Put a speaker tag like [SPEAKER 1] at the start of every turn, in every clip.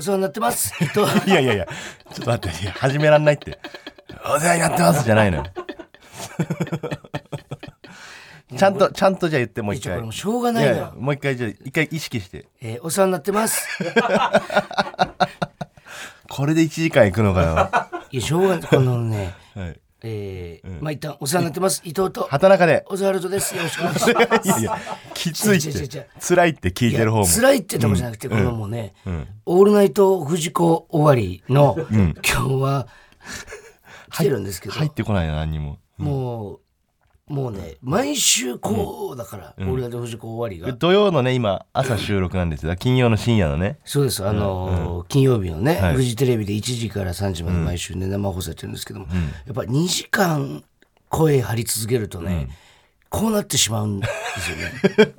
[SPEAKER 1] 世話になってます。伊藤
[SPEAKER 2] いやいやいや、ちょっと待って、いや始めらんないって。お世話になってますじゃないのよ。ちゃんと、ちゃんとじゃあ言ってもう一
[SPEAKER 1] 一応こ
[SPEAKER 2] 回。
[SPEAKER 1] れもうしょうが
[SPEAKER 2] い
[SPEAKER 1] ない
[SPEAKER 2] やい
[SPEAKER 1] な。
[SPEAKER 2] や、もう一回じゃあ一回意識して。
[SPEAKER 1] えーお世話になってます。
[SPEAKER 2] これで1時間行くのか
[SPEAKER 1] いや、しょうがない。このね、
[SPEAKER 2] よ。はい。
[SPEAKER 1] えーまあ一旦お世話になってます。伊藤と、
[SPEAKER 2] 畑中で。
[SPEAKER 1] 小沢ルトです。よろしくお願いします。
[SPEAKER 2] いやいや、きつい
[SPEAKER 1] 違う違う違
[SPEAKER 2] っ
[SPEAKER 1] う違
[SPEAKER 2] て
[SPEAKER 1] う。
[SPEAKER 2] 辛いって聞いてる方も。
[SPEAKER 1] 辛いってとこじゃなくて、このもうね、オールナイト藤子終わりの、今日は、来てるんですけど、
[SPEAKER 2] 入ってこないな、何にも。
[SPEAKER 1] もう、もうね、毎週こうだから、オールナイト藤子終わりが。
[SPEAKER 2] 土曜のね、今、朝収録なんですが、金曜の深夜のね。
[SPEAKER 1] そうです。あのー金曜日のね、
[SPEAKER 2] はい
[SPEAKER 1] フジテレビで1時から3時まで毎週ね、生放送やってるんですけども、やっぱ2時間声張り続けるとね、こうなってしまうんですよね。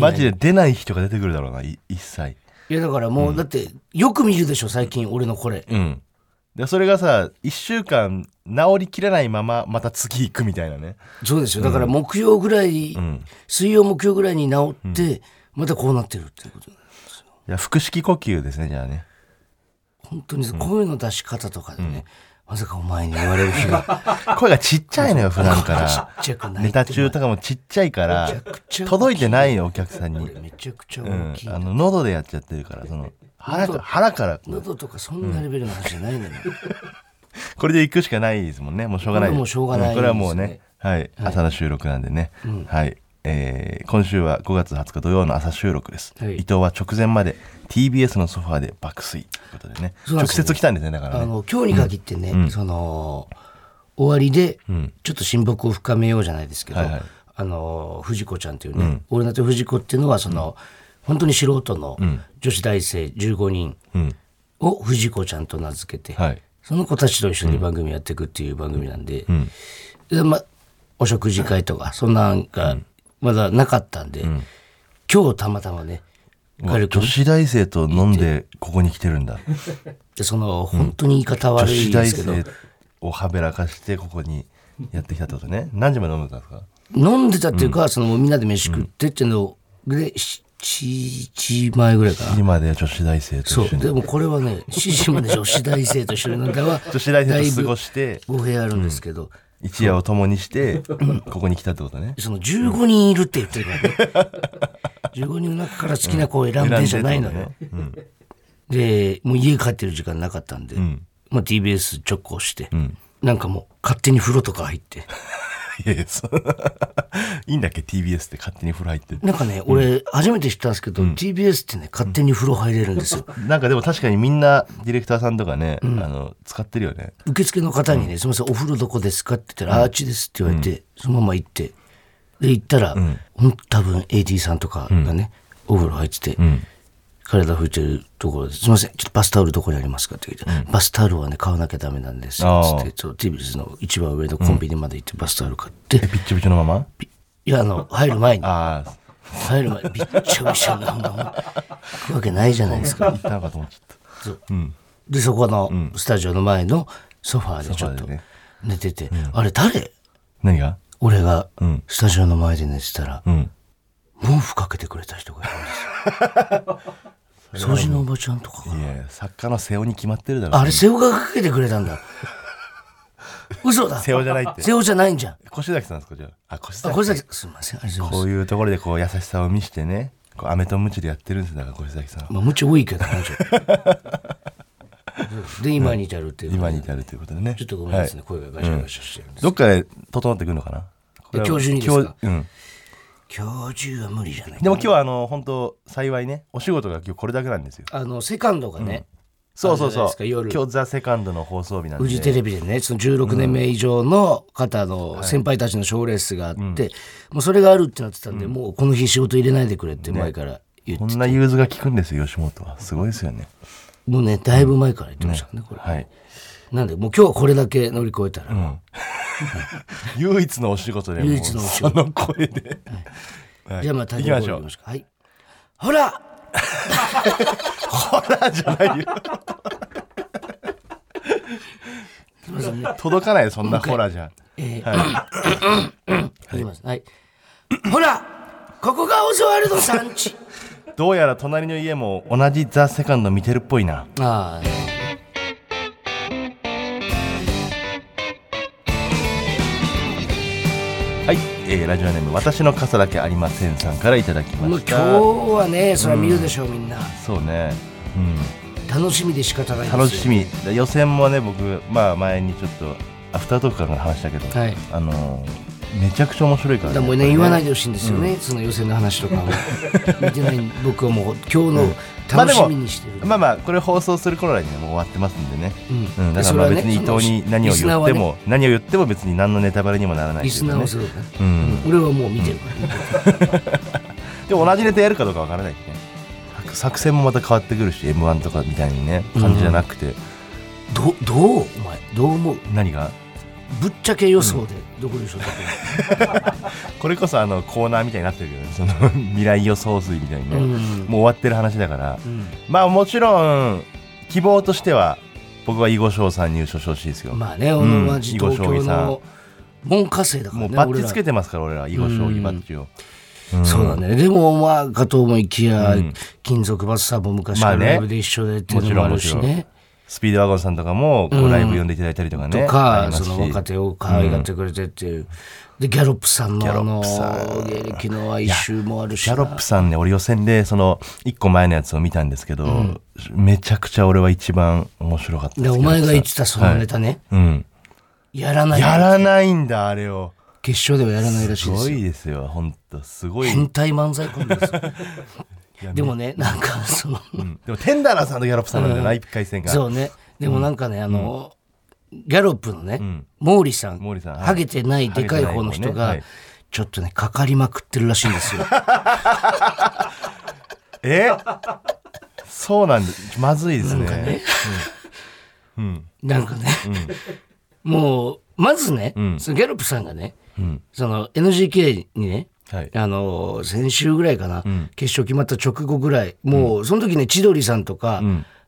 [SPEAKER 2] マジで出ない人が出てくるだろうな、い一切。
[SPEAKER 1] いや、だからもう、だって、よく見るでしょ、最近、俺のこれ。
[SPEAKER 2] うん。で、それがさ、1週間治りきれないまま、また次行くみたいなね。
[SPEAKER 1] そうですよ。だから木曜ぐらい、水曜、木曜ぐらいに治って、またこうなってるっていうこと。
[SPEAKER 2] いや、腹式呼吸ですね、じゃあね。
[SPEAKER 1] 本当に声の出し方とかでね、まさかお前に言われる日が
[SPEAKER 2] 声がちっちゃいのよ、普段か
[SPEAKER 1] ち
[SPEAKER 2] ら。
[SPEAKER 1] っちゃくない
[SPEAKER 2] ネタ 中とかもちっちゃいから
[SPEAKER 1] めちゃくちゃ、
[SPEAKER 2] 届いてないよ、お客さんに。
[SPEAKER 1] めちゃくちゃ
[SPEAKER 2] う
[SPEAKER 1] 大
[SPEAKER 2] ん
[SPEAKER 1] きい。。
[SPEAKER 2] あの、喉でやっちゃってるから、その、腹か腹から、
[SPEAKER 1] 喉とかそんなレベルの話じゃないのよ。
[SPEAKER 2] これで行くしかないですもんね。もうしょうがない。
[SPEAKER 1] これはもうしょうがない
[SPEAKER 2] んこれはもう
[SPEAKER 1] です
[SPEAKER 2] ね
[SPEAKER 1] ね。
[SPEAKER 2] はい。朝の収録なんでね。はい。えー今週は5月20日土曜の朝収録です。
[SPEAKER 1] はい
[SPEAKER 2] 伊藤は直前まで TBS のソファーで爆睡ということでね。
[SPEAKER 1] そうなん
[SPEAKER 2] 直
[SPEAKER 1] ですよ
[SPEAKER 2] 接来たんですね、だから
[SPEAKER 1] あ
[SPEAKER 2] ね。
[SPEAKER 1] の今日に限ってね、その終わりでちょっと親睦を深めようじゃないですけど、
[SPEAKER 2] はいはい
[SPEAKER 1] あの藤子ちゃんというね、オールナイト藤子っていうのはその、本当に素人の女子大生15人
[SPEAKER 2] うん。
[SPEAKER 1] を藤子ちゃんと名付けて、
[SPEAKER 2] はい。
[SPEAKER 1] その子たちと一緒に番組やっていくっていう番組なんで、でまあお食事会とかそんなんがまだなかったんで、今日たまたまね軽く
[SPEAKER 2] 女子大生と飲んでここに来てるんだ。
[SPEAKER 1] でその本当に言い方
[SPEAKER 2] 女
[SPEAKER 1] 悪い
[SPEAKER 2] 子
[SPEAKER 1] で
[SPEAKER 2] 大
[SPEAKER 1] すけど、
[SPEAKER 2] 生をはべらかしてここにやってきたってことね。何時まで飲んでたんですか
[SPEAKER 1] 飲んでたっていうか、そのみんなで飯食ってっていうのをで7時前ぐらいかな。
[SPEAKER 2] 今で女子大生と
[SPEAKER 1] そ
[SPEAKER 2] 一
[SPEAKER 1] う
[SPEAKER 2] 緒に。
[SPEAKER 1] でもこれはね7時まで女子大生と一緒になんかは
[SPEAKER 2] 女子大生と過ご
[SPEAKER 1] だ
[SPEAKER 2] して
[SPEAKER 1] い、ぶ語弊あるんですけど、
[SPEAKER 2] 一夜を共にして、ここに来たってことね。
[SPEAKER 1] その15人いるって言ってるからね15人の中から好きな子を選んでじゃないのよ、
[SPEAKER 2] 選んでってことね
[SPEAKER 1] でもう家帰ってる時間なかったんで、まあ、TBS 直行して、なんかもう勝手に風呂とか入って
[SPEAKER 2] うんいやいや、そういいんだっけ ?TBS って勝手に風呂入って。
[SPEAKER 1] なんかね俺初めて知ったんですけど、TBS ってね勝手に風呂入れるんですよ
[SPEAKER 2] なんかでも確かにみんなディレクターさんとかね、あの、使ってるよね。
[SPEAKER 1] 受付の方にね、すみません、お風呂どこですかって言ったら、あっちですって言われて、そのまま行って、で、行ったら、ほん、多分 AD さんとかがね、お風呂入ってて、体拭いてるところです、すみません、ちょっとバスタオルどこにありますかって聞いて、バスタオルはね、買わなきゃダメなんです
[SPEAKER 2] あ
[SPEAKER 1] よ、
[SPEAKER 2] ー
[SPEAKER 1] つって、そう、TBS の一番上のコンビニまで行って、バスタオル買って、
[SPEAKER 2] え、びっちょびちょのまま
[SPEAKER 1] いや、あの、入る前に、
[SPEAKER 2] ああ、
[SPEAKER 1] 入る前に、びっちょびちょなんか、行くわけないじゃない ですか。
[SPEAKER 2] 行ったのかと思っちゃっ
[SPEAKER 1] そうでそこのスタジオの前のソファーでちょっ
[SPEAKER 2] ソ
[SPEAKER 1] と
[SPEAKER 2] ファーでね
[SPEAKER 1] 寝てて、あれ誰
[SPEAKER 2] た。何が
[SPEAKER 1] 俺が
[SPEAKER 2] ん
[SPEAKER 1] スタジオの前で寝てたら、
[SPEAKER 2] うん。
[SPEAKER 1] 毛布かけてくれた人がいるん ですよ掃除のおばちゃんとかか
[SPEAKER 2] い
[SPEAKER 1] な
[SPEAKER 2] やいや、作家の瀬尾に決まってるだろ。
[SPEAKER 1] あれ瀬尾がかけてくれたん だ嘘だ
[SPEAKER 2] 瀬尾じゃないって。
[SPEAKER 1] 瀬尾じゃないんじゃん
[SPEAKER 2] 越崎さんですかじゃあ。あ、越
[SPEAKER 1] あ
[SPEAKER 2] 崎
[SPEAKER 1] これだけすいませんありがとうござい
[SPEAKER 2] こういうところでこう優しさを見してね、こう、飴とムチでやってるんですだから、越崎さんは
[SPEAKER 1] ますまあむちゃ多いけどねちょっ とで今に至るっていう
[SPEAKER 2] 今に至るということでね。
[SPEAKER 1] ちょっとごめんなさい
[SPEAKER 2] は
[SPEAKER 1] ね、声がガシャガシャしてるんで
[SPEAKER 2] い
[SPEAKER 1] す
[SPEAKER 2] どっかで整ってくるのかなこれは
[SPEAKER 1] 今日中にですか
[SPEAKER 2] 今日うん。
[SPEAKER 1] 今日中は無理じゃない
[SPEAKER 2] でも今日はあの本当幸いねお仕事が今日これだけなんですよ
[SPEAKER 1] あのセカンドがね、
[SPEAKER 2] そうそうそ
[SPEAKER 1] あ
[SPEAKER 2] う
[SPEAKER 1] れじゃないですか夜
[SPEAKER 2] 今日「ザセカンドの放送日なんで
[SPEAKER 1] フジテレビでねその16年目以上の方の先輩たちの賞ーレースがあって、もうそれがあるってなってたんで、もうこの日仕事入れないでくれって前から言って、
[SPEAKER 2] こんな融通が効くんですよ吉本はすごいですよね
[SPEAKER 1] もうねだいぶ前から言ってましたからねこれ、
[SPEAKER 2] はい
[SPEAKER 1] なんでもう今日はこれだけ乗り越えたら、
[SPEAKER 2] 唯一のお仕事でもう
[SPEAKER 1] 唯一のお仕
[SPEAKER 2] その声ではい
[SPEAKER 1] じゃあまあタイ
[SPEAKER 2] 行
[SPEAKER 1] ト
[SPEAKER 2] き
[SPEAKER 1] ルコールいうき
[SPEAKER 2] ましょ
[SPEAKER 1] ますかはいほら
[SPEAKER 2] ほらじゃないよ
[SPEAKER 1] すいませんね
[SPEAKER 2] 届かないよそんなほらじゃ
[SPEAKER 1] いきますはい、ほらここがオズワルドさんち
[SPEAKER 2] どうやら隣の家も同じザ・セカンド見てるっぽいな
[SPEAKER 1] ああ
[SPEAKER 2] はい、えーラジオネーム私の傘だけありませんさんからいただき
[SPEAKER 1] も
[SPEAKER 2] ま
[SPEAKER 1] う
[SPEAKER 2] し
[SPEAKER 1] 今日
[SPEAKER 2] た
[SPEAKER 1] はねそれは見るでしょう、みんな
[SPEAKER 2] そうね、うん、
[SPEAKER 1] 楽しみで仕方ないです
[SPEAKER 2] 楽し
[SPEAKER 1] み
[SPEAKER 2] み予選もね僕、まあ、前にちょっとアフタートークからの話だけど、
[SPEAKER 1] はい
[SPEAKER 2] あのーめちゃくちゃ面白いから
[SPEAKER 1] だからもう
[SPEAKER 2] や
[SPEAKER 1] ね
[SPEAKER 2] っぱり
[SPEAKER 1] 言わないでほしいんですよね、その予選の話 とかを見てない僕はもう今日の
[SPEAKER 2] まあ
[SPEAKER 1] 楽
[SPEAKER 2] で
[SPEAKER 1] し
[SPEAKER 2] も
[SPEAKER 1] みにしてる、
[SPEAKER 2] まあまあこれ放送する頃にはもう終わってますんでね、
[SPEAKER 1] うん
[SPEAKER 2] だから
[SPEAKER 1] それ
[SPEAKER 2] まあ
[SPEAKER 1] はね
[SPEAKER 2] 別に伊藤に何を
[SPEAKER 1] そのリスナー
[SPEAKER 2] 言っ
[SPEAKER 1] は
[SPEAKER 2] て
[SPEAKER 1] ね
[SPEAKER 2] も、何を言っても別に何のネタバレにもならない
[SPEAKER 1] リ
[SPEAKER 2] とい
[SPEAKER 1] ス
[SPEAKER 2] う
[SPEAKER 1] ナ
[SPEAKER 2] か
[SPEAKER 1] ー
[SPEAKER 2] ね
[SPEAKER 1] はそうだね、
[SPEAKER 2] うん
[SPEAKER 1] 俺はもう見てるから、
[SPEAKER 2] でも同じネタやるかどうかわからないしね作作戦もまた変わってくるし m 1とかみたいにね感じじゃなくて、
[SPEAKER 1] どどうお前どう思う
[SPEAKER 2] 何が
[SPEAKER 1] ぶっちゃけ予想でどこでしょう、
[SPEAKER 2] これこそあのコーナーみたいになってるけどねその 未来予想水みたいにね、
[SPEAKER 1] うん
[SPEAKER 2] もう終わってる話だから、
[SPEAKER 1] うん
[SPEAKER 2] まあもちろん希望としては僕は囲碁将さん入賞してほしいですよ、
[SPEAKER 1] まあね、
[SPEAKER 2] ん
[SPEAKER 1] 同じ
[SPEAKER 2] 囲碁
[SPEAKER 1] 東
[SPEAKER 2] 将
[SPEAKER 1] 京
[SPEAKER 2] 棋さん
[SPEAKER 1] の門下生だから
[SPEAKER 2] も
[SPEAKER 1] ね
[SPEAKER 2] うバッジつけ
[SPEAKER 1] て
[SPEAKER 2] てますから俺ら囲碁将棋バッジを、うん
[SPEAKER 1] そうだねでもまあかと思いきや、
[SPEAKER 2] うん
[SPEAKER 1] 金属バスさんも昔
[SPEAKER 2] ま
[SPEAKER 1] か
[SPEAKER 2] あ
[SPEAKER 1] ら
[SPEAKER 2] ね
[SPEAKER 1] ライブで一緒でっていうのもあるし
[SPEAKER 2] もちろんも
[SPEAKER 1] ね,、
[SPEAKER 2] スピードワゴンさんとかもこ
[SPEAKER 1] う
[SPEAKER 2] うんライブ呼んでいただいたりとかね、
[SPEAKER 1] と
[SPEAKER 2] あ
[SPEAKER 1] か
[SPEAKER 2] りま
[SPEAKER 1] そ
[SPEAKER 2] すし
[SPEAKER 1] の若手を可愛がってくれてっていう、でギャロップさんの
[SPEAKER 2] ギャロ
[SPEAKER 1] あ
[SPEAKER 2] ッ
[SPEAKER 1] の
[SPEAKER 2] プさん
[SPEAKER 1] 芸歴の哀愁もあるし
[SPEAKER 2] ギ
[SPEAKER 1] な
[SPEAKER 2] ャロップさんね俺予選でその1個前のやつを見たんですけど、めちゃくちゃ俺は一番面白かった
[SPEAKER 1] で
[SPEAKER 2] です
[SPEAKER 1] お
[SPEAKER 2] けど
[SPEAKER 1] 前が言ってたそのネタね、
[SPEAKER 2] うん、
[SPEAKER 1] やらない
[SPEAKER 2] やらないんだあれを
[SPEAKER 1] 決勝ではやらないらし
[SPEAKER 2] す
[SPEAKER 1] いです
[SPEAKER 2] ご
[SPEAKER 1] よ
[SPEAKER 2] いですよ本当すごい、
[SPEAKER 1] 変態漫才コンビですよでもねなんかその
[SPEAKER 2] うんでもテンダラーさんとギャロップさんなんだよな、一回戦が
[SPEAKER 1] そうね。でもなんかね、あの、ギャロップのね、
[SPEAKER 2] ん
[SPEAKER 1] 毛利さん、
[SPEAKER 2] 毛利さんはい
[SPEAKER 1] ハゲてないでかい方の人が、
[SPEAKER 2] ハゲてない方ねはい
[SPEAKER 1] ちょっとね、かかりまくってるらしいんですよ。
[SPEAKER 2] えそうなんですまずいですね
[SPEAKER 1] なんかね、もう、まずね、そのギャロップさんがね、その NGK にね、
[SPEAKER 2] はい
[SPEAKER 1] あの先週ぐらいかな、決勝決まった直後ぐらいもうその時ね千鳥さんとか、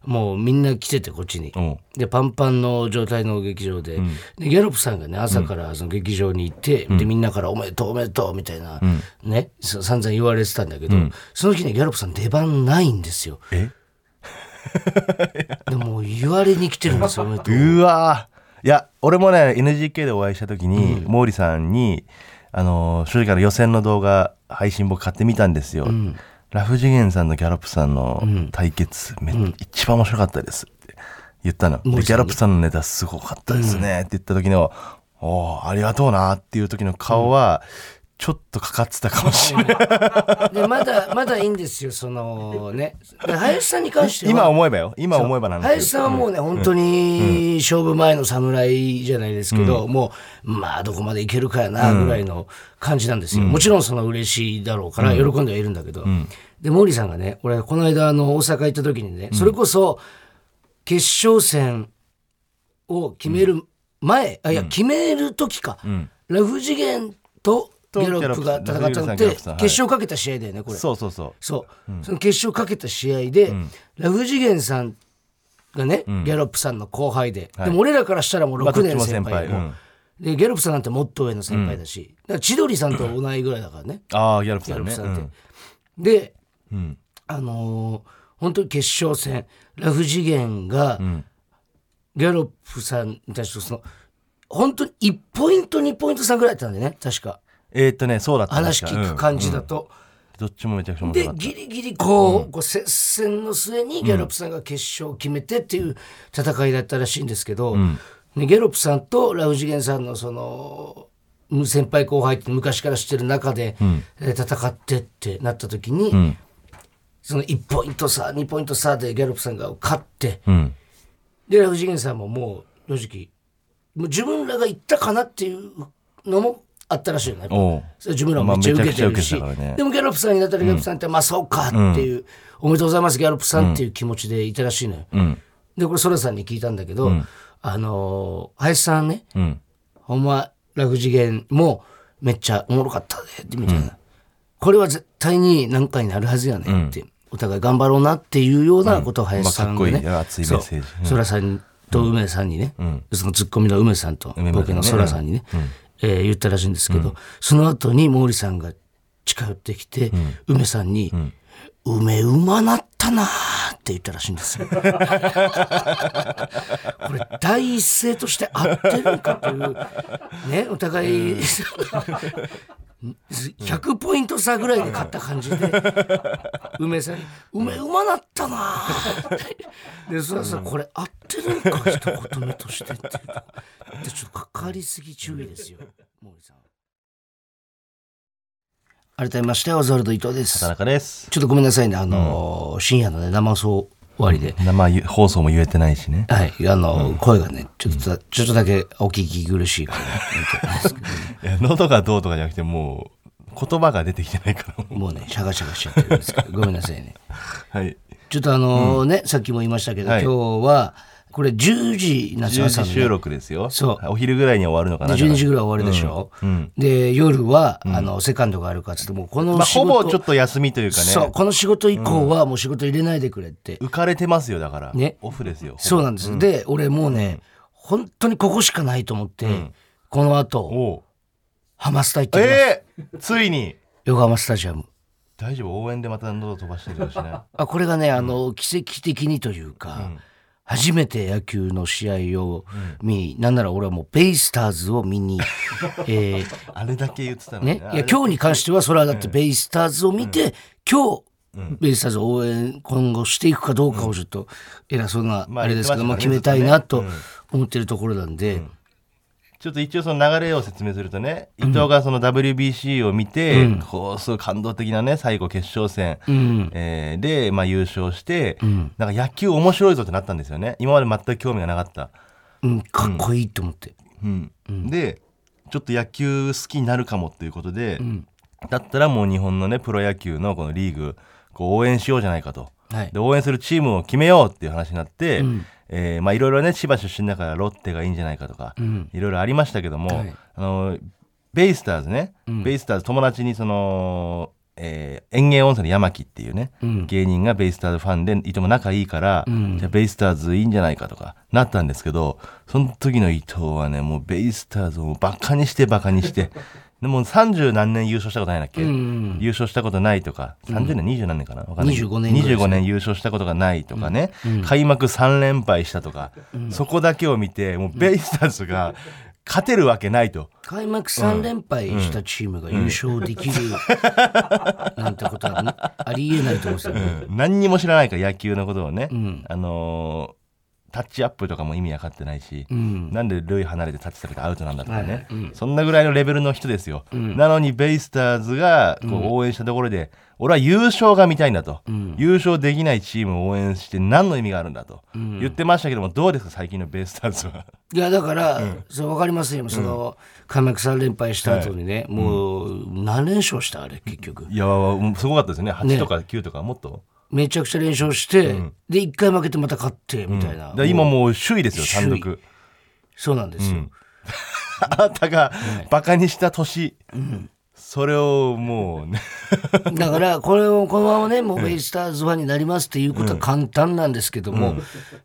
[SPEAKER 1] もうみんな来ててこっちに、
[SPEAKER 2] おう
[SPEAKER 1] でパンパンの状態の劇場で,、でギャロップさんがね朝からその劇場に行って、でみんなから「おめでとうおめでとう」みたいな、ねそ散々言われてたんだけど、その日ねギャロップさん出番ないんですよ
[SPEAKER 2] え
[SPEAKER 1] でもう言われに来てるんですよおめでとう
[SPEAKER 2] うわーいや俺もね NGK でお会いした時に、毛利さんにあのー正直から予選の動画配信僕買ってみたんですよ、ラフ次元さんとギャロップさんの対決、め一番面白かったですって言ったのでギャロップさんのネタすごかったですねって言った時の、おーありがとうなっていう時の顔は、ちょっとかかってたかもしれない。
[SPEAKER 1] でまだまだいいんですよそのねで林さんに関しては
[SPEAKER 2] 今思えばよ。今思えばなんだけ
[SPEAKER 1] 林
[SPEAKER 2] ど。
[SPEAKER 1] さんはもうね、本当に勝負前の侍じゃないですけど、もう、まあ、どこまでいけるかやな、ぐらいの感じなんですよ。もちろん、その嬉しいだろうから、喜んではいるんだけど。で、毛利さんがね、俺、この間、あの、大阪行った時にね、それこそ、決勝戦を決める前、あ、いや、決める時か。ラフ次元と、
[SPEAKER 2] と
[SPEAKER 1] ゲロップが戦ったのっ
[SPEAKER 2] ギャ
[SPEAKER 1] て、
[SPEAKER 2] ロップ
[SPEAKER 1] 決
[SPEAKER 2] さん
[SPEAKER 1] 勝かけた試合だよね、これ。
[SPEAKER 2] そうそうそう。
[SPEAKER 1] そう、その決勝かけた試合で、ラフ次元さんがね、ギャロップさんの後輩で、でも俺らからしたらもう
[SPEAKER 2] まあど
[SPEAKER 1] 6
[SPEAKER 2] っち
[SPEAKER 1] 年
[SPEAKER 2] も
[SPEAKER 1] 先輩
[SPEAKER 2] 先輩
[SPEAKER 1] もうでギャロップさんなんてもっと上の先輩だし、だから千鳥さんと同いぐらいだからね、
[SPEAKER 2] ああ、ギャロップさ
[SPEAKER 1] ギャロ
[SPEAKER 2] ん
[SPEAKER 1] ップ
[SPEAKER 2] ね。
[SPEAKER 1] さんって。
[SPEAKER 2] うん
[SPEAKER 1] で、
[SPEAKER 2] ん
[SPEAKER 1] あのー本当に決勝戦ラフ次元が、ギャロップさんに対してその本当に1ポイント2ポイント差ぐらいだったんでね確か
[SPEAKER 2] えーっとね、そうだった。
[SPEAKER 1] 話聞く感じだと。
[SPEAKER 2] どっちもめちゃくちゃ面白
[SPEAKER 1] で
[SPEAKER 2] かった。
[SPEAKER 1] ギリギリこう,、こう接戦の末にギャロップさんが決勝を決めてっていう戦いだったらしいんですけど、ねギャロップさんとラウジゲンさんのそのむ先輩後輩って昔から知ってる中で、えー戦ってってなった時に、その1ポイント差2ポイント差でギャロップさんが勝って、
[SPEAKER 2] ん
[SPEAKER 1] でラウジゲンさんももう正直もう自分らが言ったかなっていうのもあったらしいよね。
[SPEAKER 2] おう
[SPEAKER 1] それ自分らもめっちゃ受けてるし、
[SPEAKER 2] まあめちゃくちゃ受けてたからね
[SPEAKER 1] でもギャロップさんになったらギャロップさんって、まあそうかっていう、おめでとうございますギャロップさんっていう気持ちでいたらしいのよ。でこれソラさんに聞いたんだけど、あのー林さんね、
[SPEAKER 2] ん
[SPEAKER 1] ほんまラフ次元もめっちゃおもろかったねってみたいな、これは絶対に何かになるはずやねって、お互い頑張ろうなっていうようなことを林さんがね、
[SPEAKER 2] まあかっこいい熱いメッセージ
[SPEAKER 1] そうソラさんと梅さんにね、そのツッコミの梅さんと
[SPEAKER 2] 梅さんね
[SPEAKER 1] ボケのソラさんにね、えー言ったらしいんですけど、その後に毛利さんが近寄ってきて、梅さんに、梅うまなったなーって言ったらしいんですよ。これ第一声として合ってるんかという、ね、お互い、100ポイント差ぐらいで勝った感じ で、梅さんに、梅うまなったなーって。で、そらさ、これ合ってるんか、一言目としてっていう。で、ちょっとかかりすぎ注意ですよ、毛利さん。改めまして、オズワルド伊藤です
[SPEAKER 2] 田。中です
[SPEAKER 1] ちょっとごめんなさいね、あのー深夜のね、生送終わりで、
[SPEAKER 2] 生放送も言えてないしね
[SPEAKER 1] はい、あのー声がね、ちょっとだ、ちょっとだけお聞き苦しいから、
[SPEAKER 2] いや 喉がどうとかじゃなくてもう言葉が出てきてないから
[SPEAKER 1] もうね、シャカシャカしちゃってるんですけど、ごめんなさいね。
[SPEAKER 2] はい
[SPEAKER 1] ちょっとあのーね、さっきも言いましたけど、
[SPEAKER 2] はい
[SPEAKER 1] 今日は、これ10時なんですよ、
[SPEAKER 2] 10
[SPEAKER 1] 朝
[SPEAKER 2] 時
[SPEAKER 1] のね
[SPEAKER 2] 収録ですよ
[SPEAKER 1] そう
[SPEAKER 2] お昼ぐらいに終わるのかな
[SPEAKER 1] で12時ぐらい終わるでしょ、で夜は、あのセカンドがあるからっつってもうこ
[SPEAKER 2] ま
[SPEAKER 1] の
[SPEAKER 2] あ、
[SPEAKER 1] 仕
[SPEAKER 2] ほ
[SPEAKER 1] 事、
[SPEAKER 2] ぼちょっと休みというかね
[SPEAKER 1] そうこの仕事以降はもう仕事入れないでくれって、
[SPEAKER 2] 浮かれてますよだから、
[SPEAKER 1] ね
[SPEAKER 2] オフですよ
[SPEAKER 1] そうなんです、で俺もうね本当にここしかないと思って、この後
[SPEAKER 2] おう
[SPEAKER 1] ハマスタ行ってきます、
[SPEAKER 2] えー、ついに
[SPEAKER 1] 横浜スタジアム。
[SPEAKER 2] 大丈夫応援でまた喉飛ばしてるかもしれな
[SPEAKER 1] あこれがね、あの奇跡的にというか、初めて野球の試合を見に、なんなら俺はもうベイスターズを見 に、えー
[SPEAKER 2] いあれだけ言ってたのに
[SPEAKER 1] ね、い
[SPEAKER 2] な
[SPEAKER 1] や今日に関してはそれはだってベイスターズを見て、今日ベイスターズを応援今後していくかどうかをちょっと偉そうな
[SPEAKER 2] まあ
[SPEAKER 1] あれですけど、まあ
[SPEAKER 2] 言って
[SPEAKER 1] 決
[SPEAKER 2] ま
[SPEAKER 1] め
[SPEAKER 2] し
[SPEAKER 1] た
[SPEAKER 2] たから
[SPEAKER 1] い
[SPEAKER 2] ね
[SPEAKER 1] なと思ってるところなんで、
[SPEAKER 2] ちょっと一応その流れを説明するとね、伊藤がその WBC を見て、こうすごい感動的なね最後決勝戦、えーで、まあ、優勝して、なんか野球面白いぞってなったんですよね今まで全く興味がなかった、
[SPEAKER 1] うん、かっこいいと思って、
[SPEAKER 2] うんでちょっと野球好きになるかもっていうことで、だったらもう日本のねプロ野球のこのリーグこう応援しようじゃないかと。
[SPEAKER 1] はい
[SPEAKER 2] で応援するチームを決めようっていう話になって、えーまあいろいろね千葉出身だからロッテがいいんじゃないかとか、いろいろありましたけども、
[SPEAKER 1] はい
[SPEAKER 2] あのベイスターズね、ベイスターズ友達にその、えー園芸温泉の山木っていうね、芸人がベイスターズファンでいとも仲いいから、じゃあベイスターズいいんじゃないかとかなったんですけどその時の伊藤はねもうベイスターズをバカにしてバカにして。 でも30何年優勝したことないんだっけ、優勝したことないとか30年、20何年かなわかんな
[SPEAKER 1] 25
[SPEAKER 2] い
[SPEAKER 1] 年ぐらいですね
[SPEAKER 2] 25年優勝したことがないとかね、開幕3連敗したとか、そこだけを見てもうベイスターズが勝てるわけないと。
[SPEAKER 1] 開幕3連敗したチームが優勝できる、なんてことはね、ありえないと思うんですよね。
[SPEAKER 2] 何にも知らないから野球のことをね、あのータッチアップとかも意味分かってないし、なんで塁離れてタッチされてアウトなんだとかね、そんなぐらいのレベルの人ですよ、なのにベイスターズがこう応援したところで、俺は優勝が見たいんだと、優勝できないチームを応援して何の意味があるんだと、言ってましたけどもどうですか最近のベイスターズは
[SPEAKER 1] いやだから、それ分かりますよ、その開幕3連敗した後にね、もう何連勝した、あれ、結局、
[SPEAKER 2] いやもうすごかったですよね8とか9とかもっと、
[SPEAKER 1] めちゃくちゃ連勝して、で、1回負けてまた勝ってみたい
[SPEAKER 2] だ
[SPEAKER 1] な、
[SPEAKER 2] から今もう首位ですよ単
[SPEAKER 1] 首
[SPEAKER 2] 独
[SPEAKER 1] そうなんですよ、
[SPEAKER 2] あなたがバカにした年、それをもうね
[SPEAKER 1] だから、これをこのままね、もうベイスターズファンになりますっていうことは簡単なんですけども、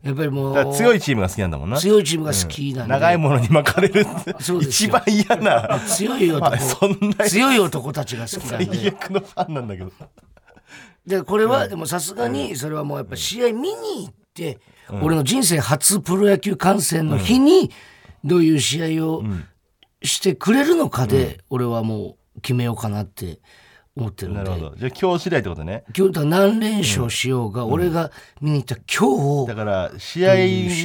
[SPEAKER 1] やっぱりも
[SPEAKER 2] だから
[SPEAKER 1] う、
[SPEAKER 2] 強いチームが好きなんだもんな
[SPEAKER 1] 強いチームが好きなんで、
[SPEAKER 2] 長いものに巻かれるって
[SPEAKER 1] そうです
[SPEAKER 2] 一
[SPEAKER 1] よ
[SPEAKER 2] 番嫌 な
[SPEAKER 1] 強い男、
[SPEAKER 2] あそんな
[SPEAKER 1] 強い男たちが好きなんで
[SPEAKER 2] 最。悪のファンなんだけど
[SPEAKER 1] でこれはでもさすがにそれはもうやっぱ試合見に行って、俺の人生初プロ野球観戦の日にどういう試合をしてくれるのかで、俺はもう決めようかなって思ってるんで
[SPEAKER 2] なるほどじゃあ今日次第ってことね
[SPEAKER 1] 今日だから何連勝しようが、俺が見に行った今日を
[SPEAKER 2] だから試合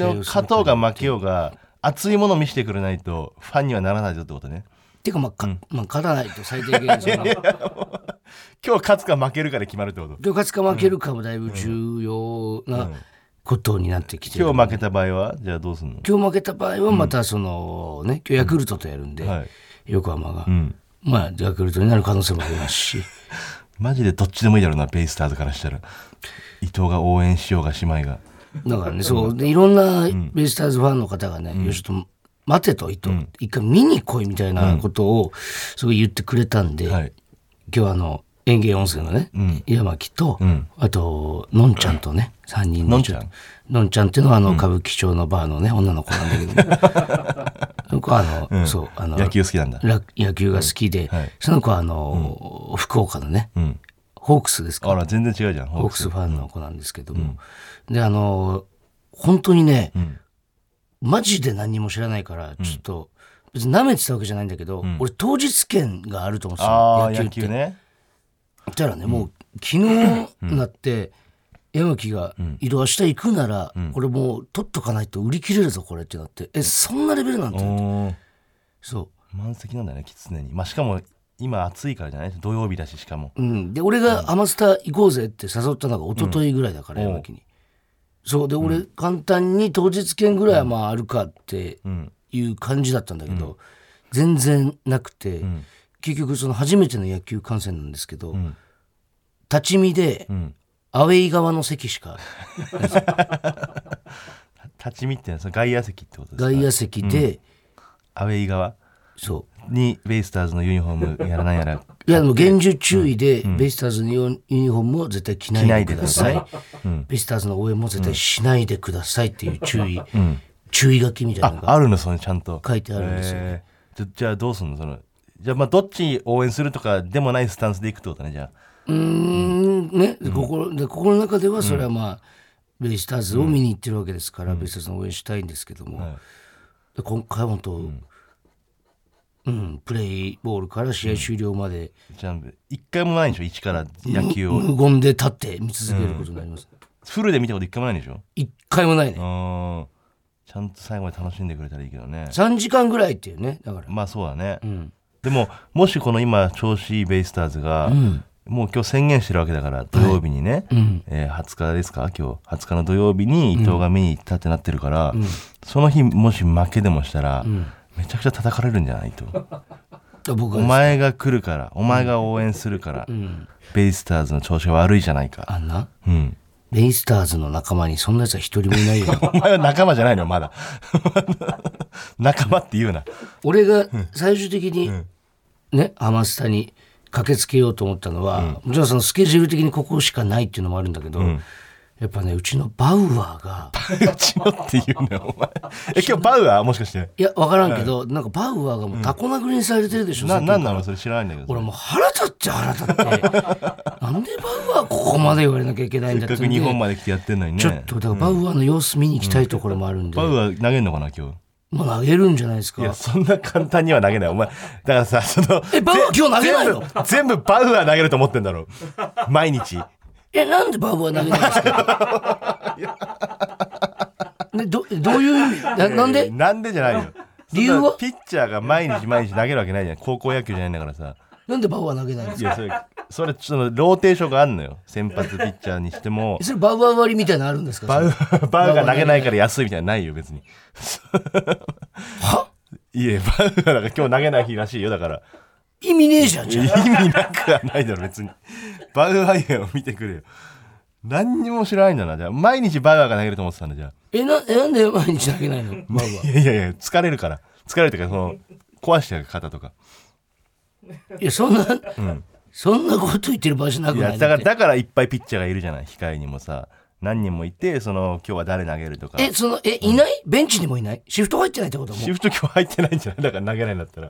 [SPEAKER 2] の勝とうが負けようが熱いもの見せてくれないとファンにはならないぞってことね
[SPEAKER 1] ていうかまあ、かまあ、勝たないと最低限そ の今
[SPEAKER 2] 今日勝つか負けるかで決まるってこと
[SPEAKER 1] 日勝つか負けるかもだいぶ重要なことになってきてる、
[SPEAKER 2] 今日負けた場合はじゃあどうすんの
[SPEAKER 1] 今日負けた場合はまたその、ね今日ヤクルトとやるんで、
[SPEAKER 2] はい
[SPEAKER 1] 横浜が、
[SPEAKER 2] ん
[SPEAKER 1] まあヤクルトになる可能性もあります し
[SPEAKER 2] マジでどっちでもいいだろうなベイスターズからしたら伊藤が応援しようが姉妹が
[SPEAKER 1] だからねそうでいろんなベイスターズファンの方がね、よしと待てと伊藤、一回見に来いみたいなことをすごい言ってくれたんで、
[SPEAKER 2] はい
[SPEAKER 1] 今日あの園芸温泉のね、山木と、あとのんちゃんとね3人
[SPEAKER 2] の
[SPEAKER 1] で
[SPEAKER 2] ん
[SPEAKER 1] ち
[SPEAKER 2] ち
[SPEAKER 1] ょ
[SPEAKER 2] ゃ
[SPEAKER 1] っ
[SPEAKER 2] ん
[SPEAKER 1] とのんちゃんっていうのはあの歌舞伎町のバーのね女の子なんだけど、 僕はあの、そうあの
[SPEAKER 2] 野球好きなんだ
[SPEAKER 1] ラ野球が好きで、その子はあの、福岡のね、ホークスですか
[SPEAKER 2] あら、全然違うじゃん。
[SPEAKER 1] ホークスファンの子なんですけども、であの本当にね、
[SPEAKER 2] ん
[SPEAKER 1] マジで何にも知らないからちょっと、別に舐めてたわけじゃないんだけど、俺当日券があると思って
[SPEAKER 2] あ
[SPEAKER 1] た
[SPEAKER 2] あ、
[SPEAKER 1] の
[SPEAKER 2] 野
[SPEAKER 1] 野球っ
[SPEAKER 2] 球
[SPEAKER 1] て。
[SPEAKER 2] ね。
[SPEAKER 1] そしたらね、もう昨日になって、山木が「移動明日行くなら、これもう取っとかないと売り切れるぞこれ」ってなって「えそんなレベルなんだ」
[SPEAKER 2] おー
[SPEAKER 1] そ
[SPEAKER 2] 満席なんだね、常に。まあ、しかも、今暑いからじゃない土曜日だし、しかも。
[SPEAKER 1] う、うん、で俺が「アマスタ行こうぜ」って誘ったのが一昨日ぐらいだから、
[SPEAKER 2] うん
[SPEAKER 1] 山木に。そうで俺簡単に当日券ぐらいはまああるかって
[SPEAKER 2] うん。
[SPEAKER 1] いう感じだったんだけど、全然なくて、
[SPEAKER 2] ん
[SPEAKER 1] 結局その初めての野球観戦なんですけど、
[SPEAKER 2] ん
[SPEAKER 1] 立ち見で
[SPEAKER 2] うん。
[SPEAKER 1] アウェイ側の席しか
[SPEAKER 2] 立ち見ってのはその外野席ってことですか
[SPEAKER 1] 外野席で、
[SPEAKER 2] アウェイ側
[SPEAKER 1] そう
[SPEAKER 2] にベイスターズのユニフォームや らなんやら
[SPEAKER 1] いやでも厳重注意で、ベイスターズのユニユニフォームを絶対着ないでください
[SPEAKER 2] 着ないでくださいうん
[SPEAKER 1] ベイスターズの応援も絶対しないでくださいっていう注意、
[SPEAKER 2] ん
[SPEAKER 1] 注意書きみたいなの
[SPEAKER 2] あ
[SPEAKER 1] が
[SPEAKER 2] あるのそれちゃんと
[SPEAKER 1] 書いてあるんですよね
[SPEAKER 2] へーじゃじゃあどうすんのそのじゃあまあどっち応援するとかでもないスタンスでいくってことねじゃあ
[SPEAKER 1] うーんね、心で心の中ではそれはまあ、ベイスターズを見に行ってるわけですから、ベイスターズの応援したいんですけども、
[SPEAKER 2] はい
[SPEAKER 1] で今回は本当、うんプレイボールから試合終了まで、
[SPEAKER 2] じゃあ一回もないんでしょ一から野球を
[SPEAKER 1] 無言で立って見続けることになります、
[SPEAKER 2] フルで見たこと一回もないんでしょ
[SPEAKER 1] 一回もないね、
[SPEAKER 2] うーんちゃんと最後まで楽しんでくれたらいいけどね
[SPEAKER 1] 3時間ぐらいっていうねだから、
[SPEAKER 2] まあそうだね、
[SPEAKER 1] ん
[SPEAKER 2] でももしこの今調子いいベイスターズが、もう今日宣言してるわけだから土曜日にね、
[SPEAKER 1] うん
[SPEAKER 2] えー20日ですか今日20日の土曜日に伊藤が見に行ったってなってるから、その日もし負けでもしたら、めちゃくちゃ叩かれるんじゃ ないと
[SPEAKER 1] 僕
[SPEAKER 2] お
[SPEAKER 1] は
[SPEAKER 2] 前が来るからお前が応援するから、ベイスターズの調子が悪いじゃないか、
[SPEAKER 1] あんな
[SPEAKER 2] うん、
[SPEAKER 1] ベイスターズの仲間にそんなやつは一人もいないよ
[SPEAKER 2] お前は仲間じゃないのよまだ 仲間って 言うな
[SPEAKER 1] 俺が最終的にねハマスタに駆けつけようと思ったのは、もちろんそのスケジュール的にここしかないっていうのもあるんだけど、やっぱねうちのバウアーが
[SPEAKER 2] うちのって言うなよお前え今日バウアーもしかして
[SPEAKER 1] いや分からんけど、なんかバウアーがもうタコ殴りにされてるでしょ、
[SPEAKER 2] な
[SPEAKER 1] さっき
[SPEAKER 2] なんなのそれ知らないんだけど
[SPEAKER 1] 俺もう腹立っちゃ腹立って なんでバウアーここまで言われなきゃいけないんだ
[SPEAKER 2] せ
[SPEAKER 1] っ
[SPEAKER 2] ってか
[SPEAKER 1] ん
[SPEAKER 2] く
[SPEAKER 1] で
[SPEAKER 2] 日本まで来てやってんのにね
[SPEAKER 1] ちょっとだからバウアーの様子見に行きたいところもあるんで、
[SPEAKER 2] バウアー投げんのかな今日
[SPEAKER 1] もう投げるんじゃないですか
[SPEAKER 2] いやそんな簡単には投げないお前だからさその
[SPEAKER 1] えバウアー
[SPEAKER 2] ぜ
[SPEAKER 1] 今日投げないの
[SPEAKER 2] 全部全部バウアー投げると思ってんだろ毎日
[SPEAKER 1] え、なんでバーボー投げないんですかね、ど、どういう意味ななん
[SPEAKER 2] え
[SPEAKER 1] で
[SPEAKER 2] ーなんでじゃないよ
[SPEAKER 1] 理由は
[SPEAKER 2] そんなピッチャーが毎日毎日投げるわけないじゃん高校野球じゃないんだからさ
[SPEAKER 1] なんでバーボー投げないんです
[SPEAKER 2] い
[SPEAKER 1] か
[SPEAKER 2] やそれそれそのローテーションがあんのよ先発ピッチャーにし ても
[SPEAKER 1] それバーボー割りみたいなのあるんですか
[SPEAKER 2] バウ
[SPEAKER 1] それ
[SPEAKER 2] バウが投げないから安いみたいなのないよ別に
[SPEAKER 1] はい
[SPEAKER 2] えバウがなんか今日投げない日らしいよだから
[SPEAKER 1] 意味ねえじゃん、じゃあ
[SPEAKER 2] 意味なくはないだろ別にバウアーを見てくれよ何にも知らないんだなじゃあ毎日バウアーが投げると思ってたんだじゃあ
[SPEAKER 1] え、な、えなんで毎日投げないのバーボ
[SPEAKER 2] いやいやいや疲れるから疲れるというかその壊してる肩とか
[SPEAKER 1] ー。いや、そんな、そんなこと言ってる場合じゃなく
[SPEAKER 2] い
[SPEAKER 1] な
[SPEAKER 2] や
[SPEAKER 1] い
[SPEAKER 2] だから
[SPEAKER 1] だって
[SPEAKER 2] だからいっぱいピッチャーがいるじゃない控えにもさ何人もいてその今日は誰投げるとか
[SPEAKER 1] え、その、え、いないベンチにもいないシフト入ってないってことも
[SPEAKER 2] シフト今日入ってないんじゃないだから投げないんだったら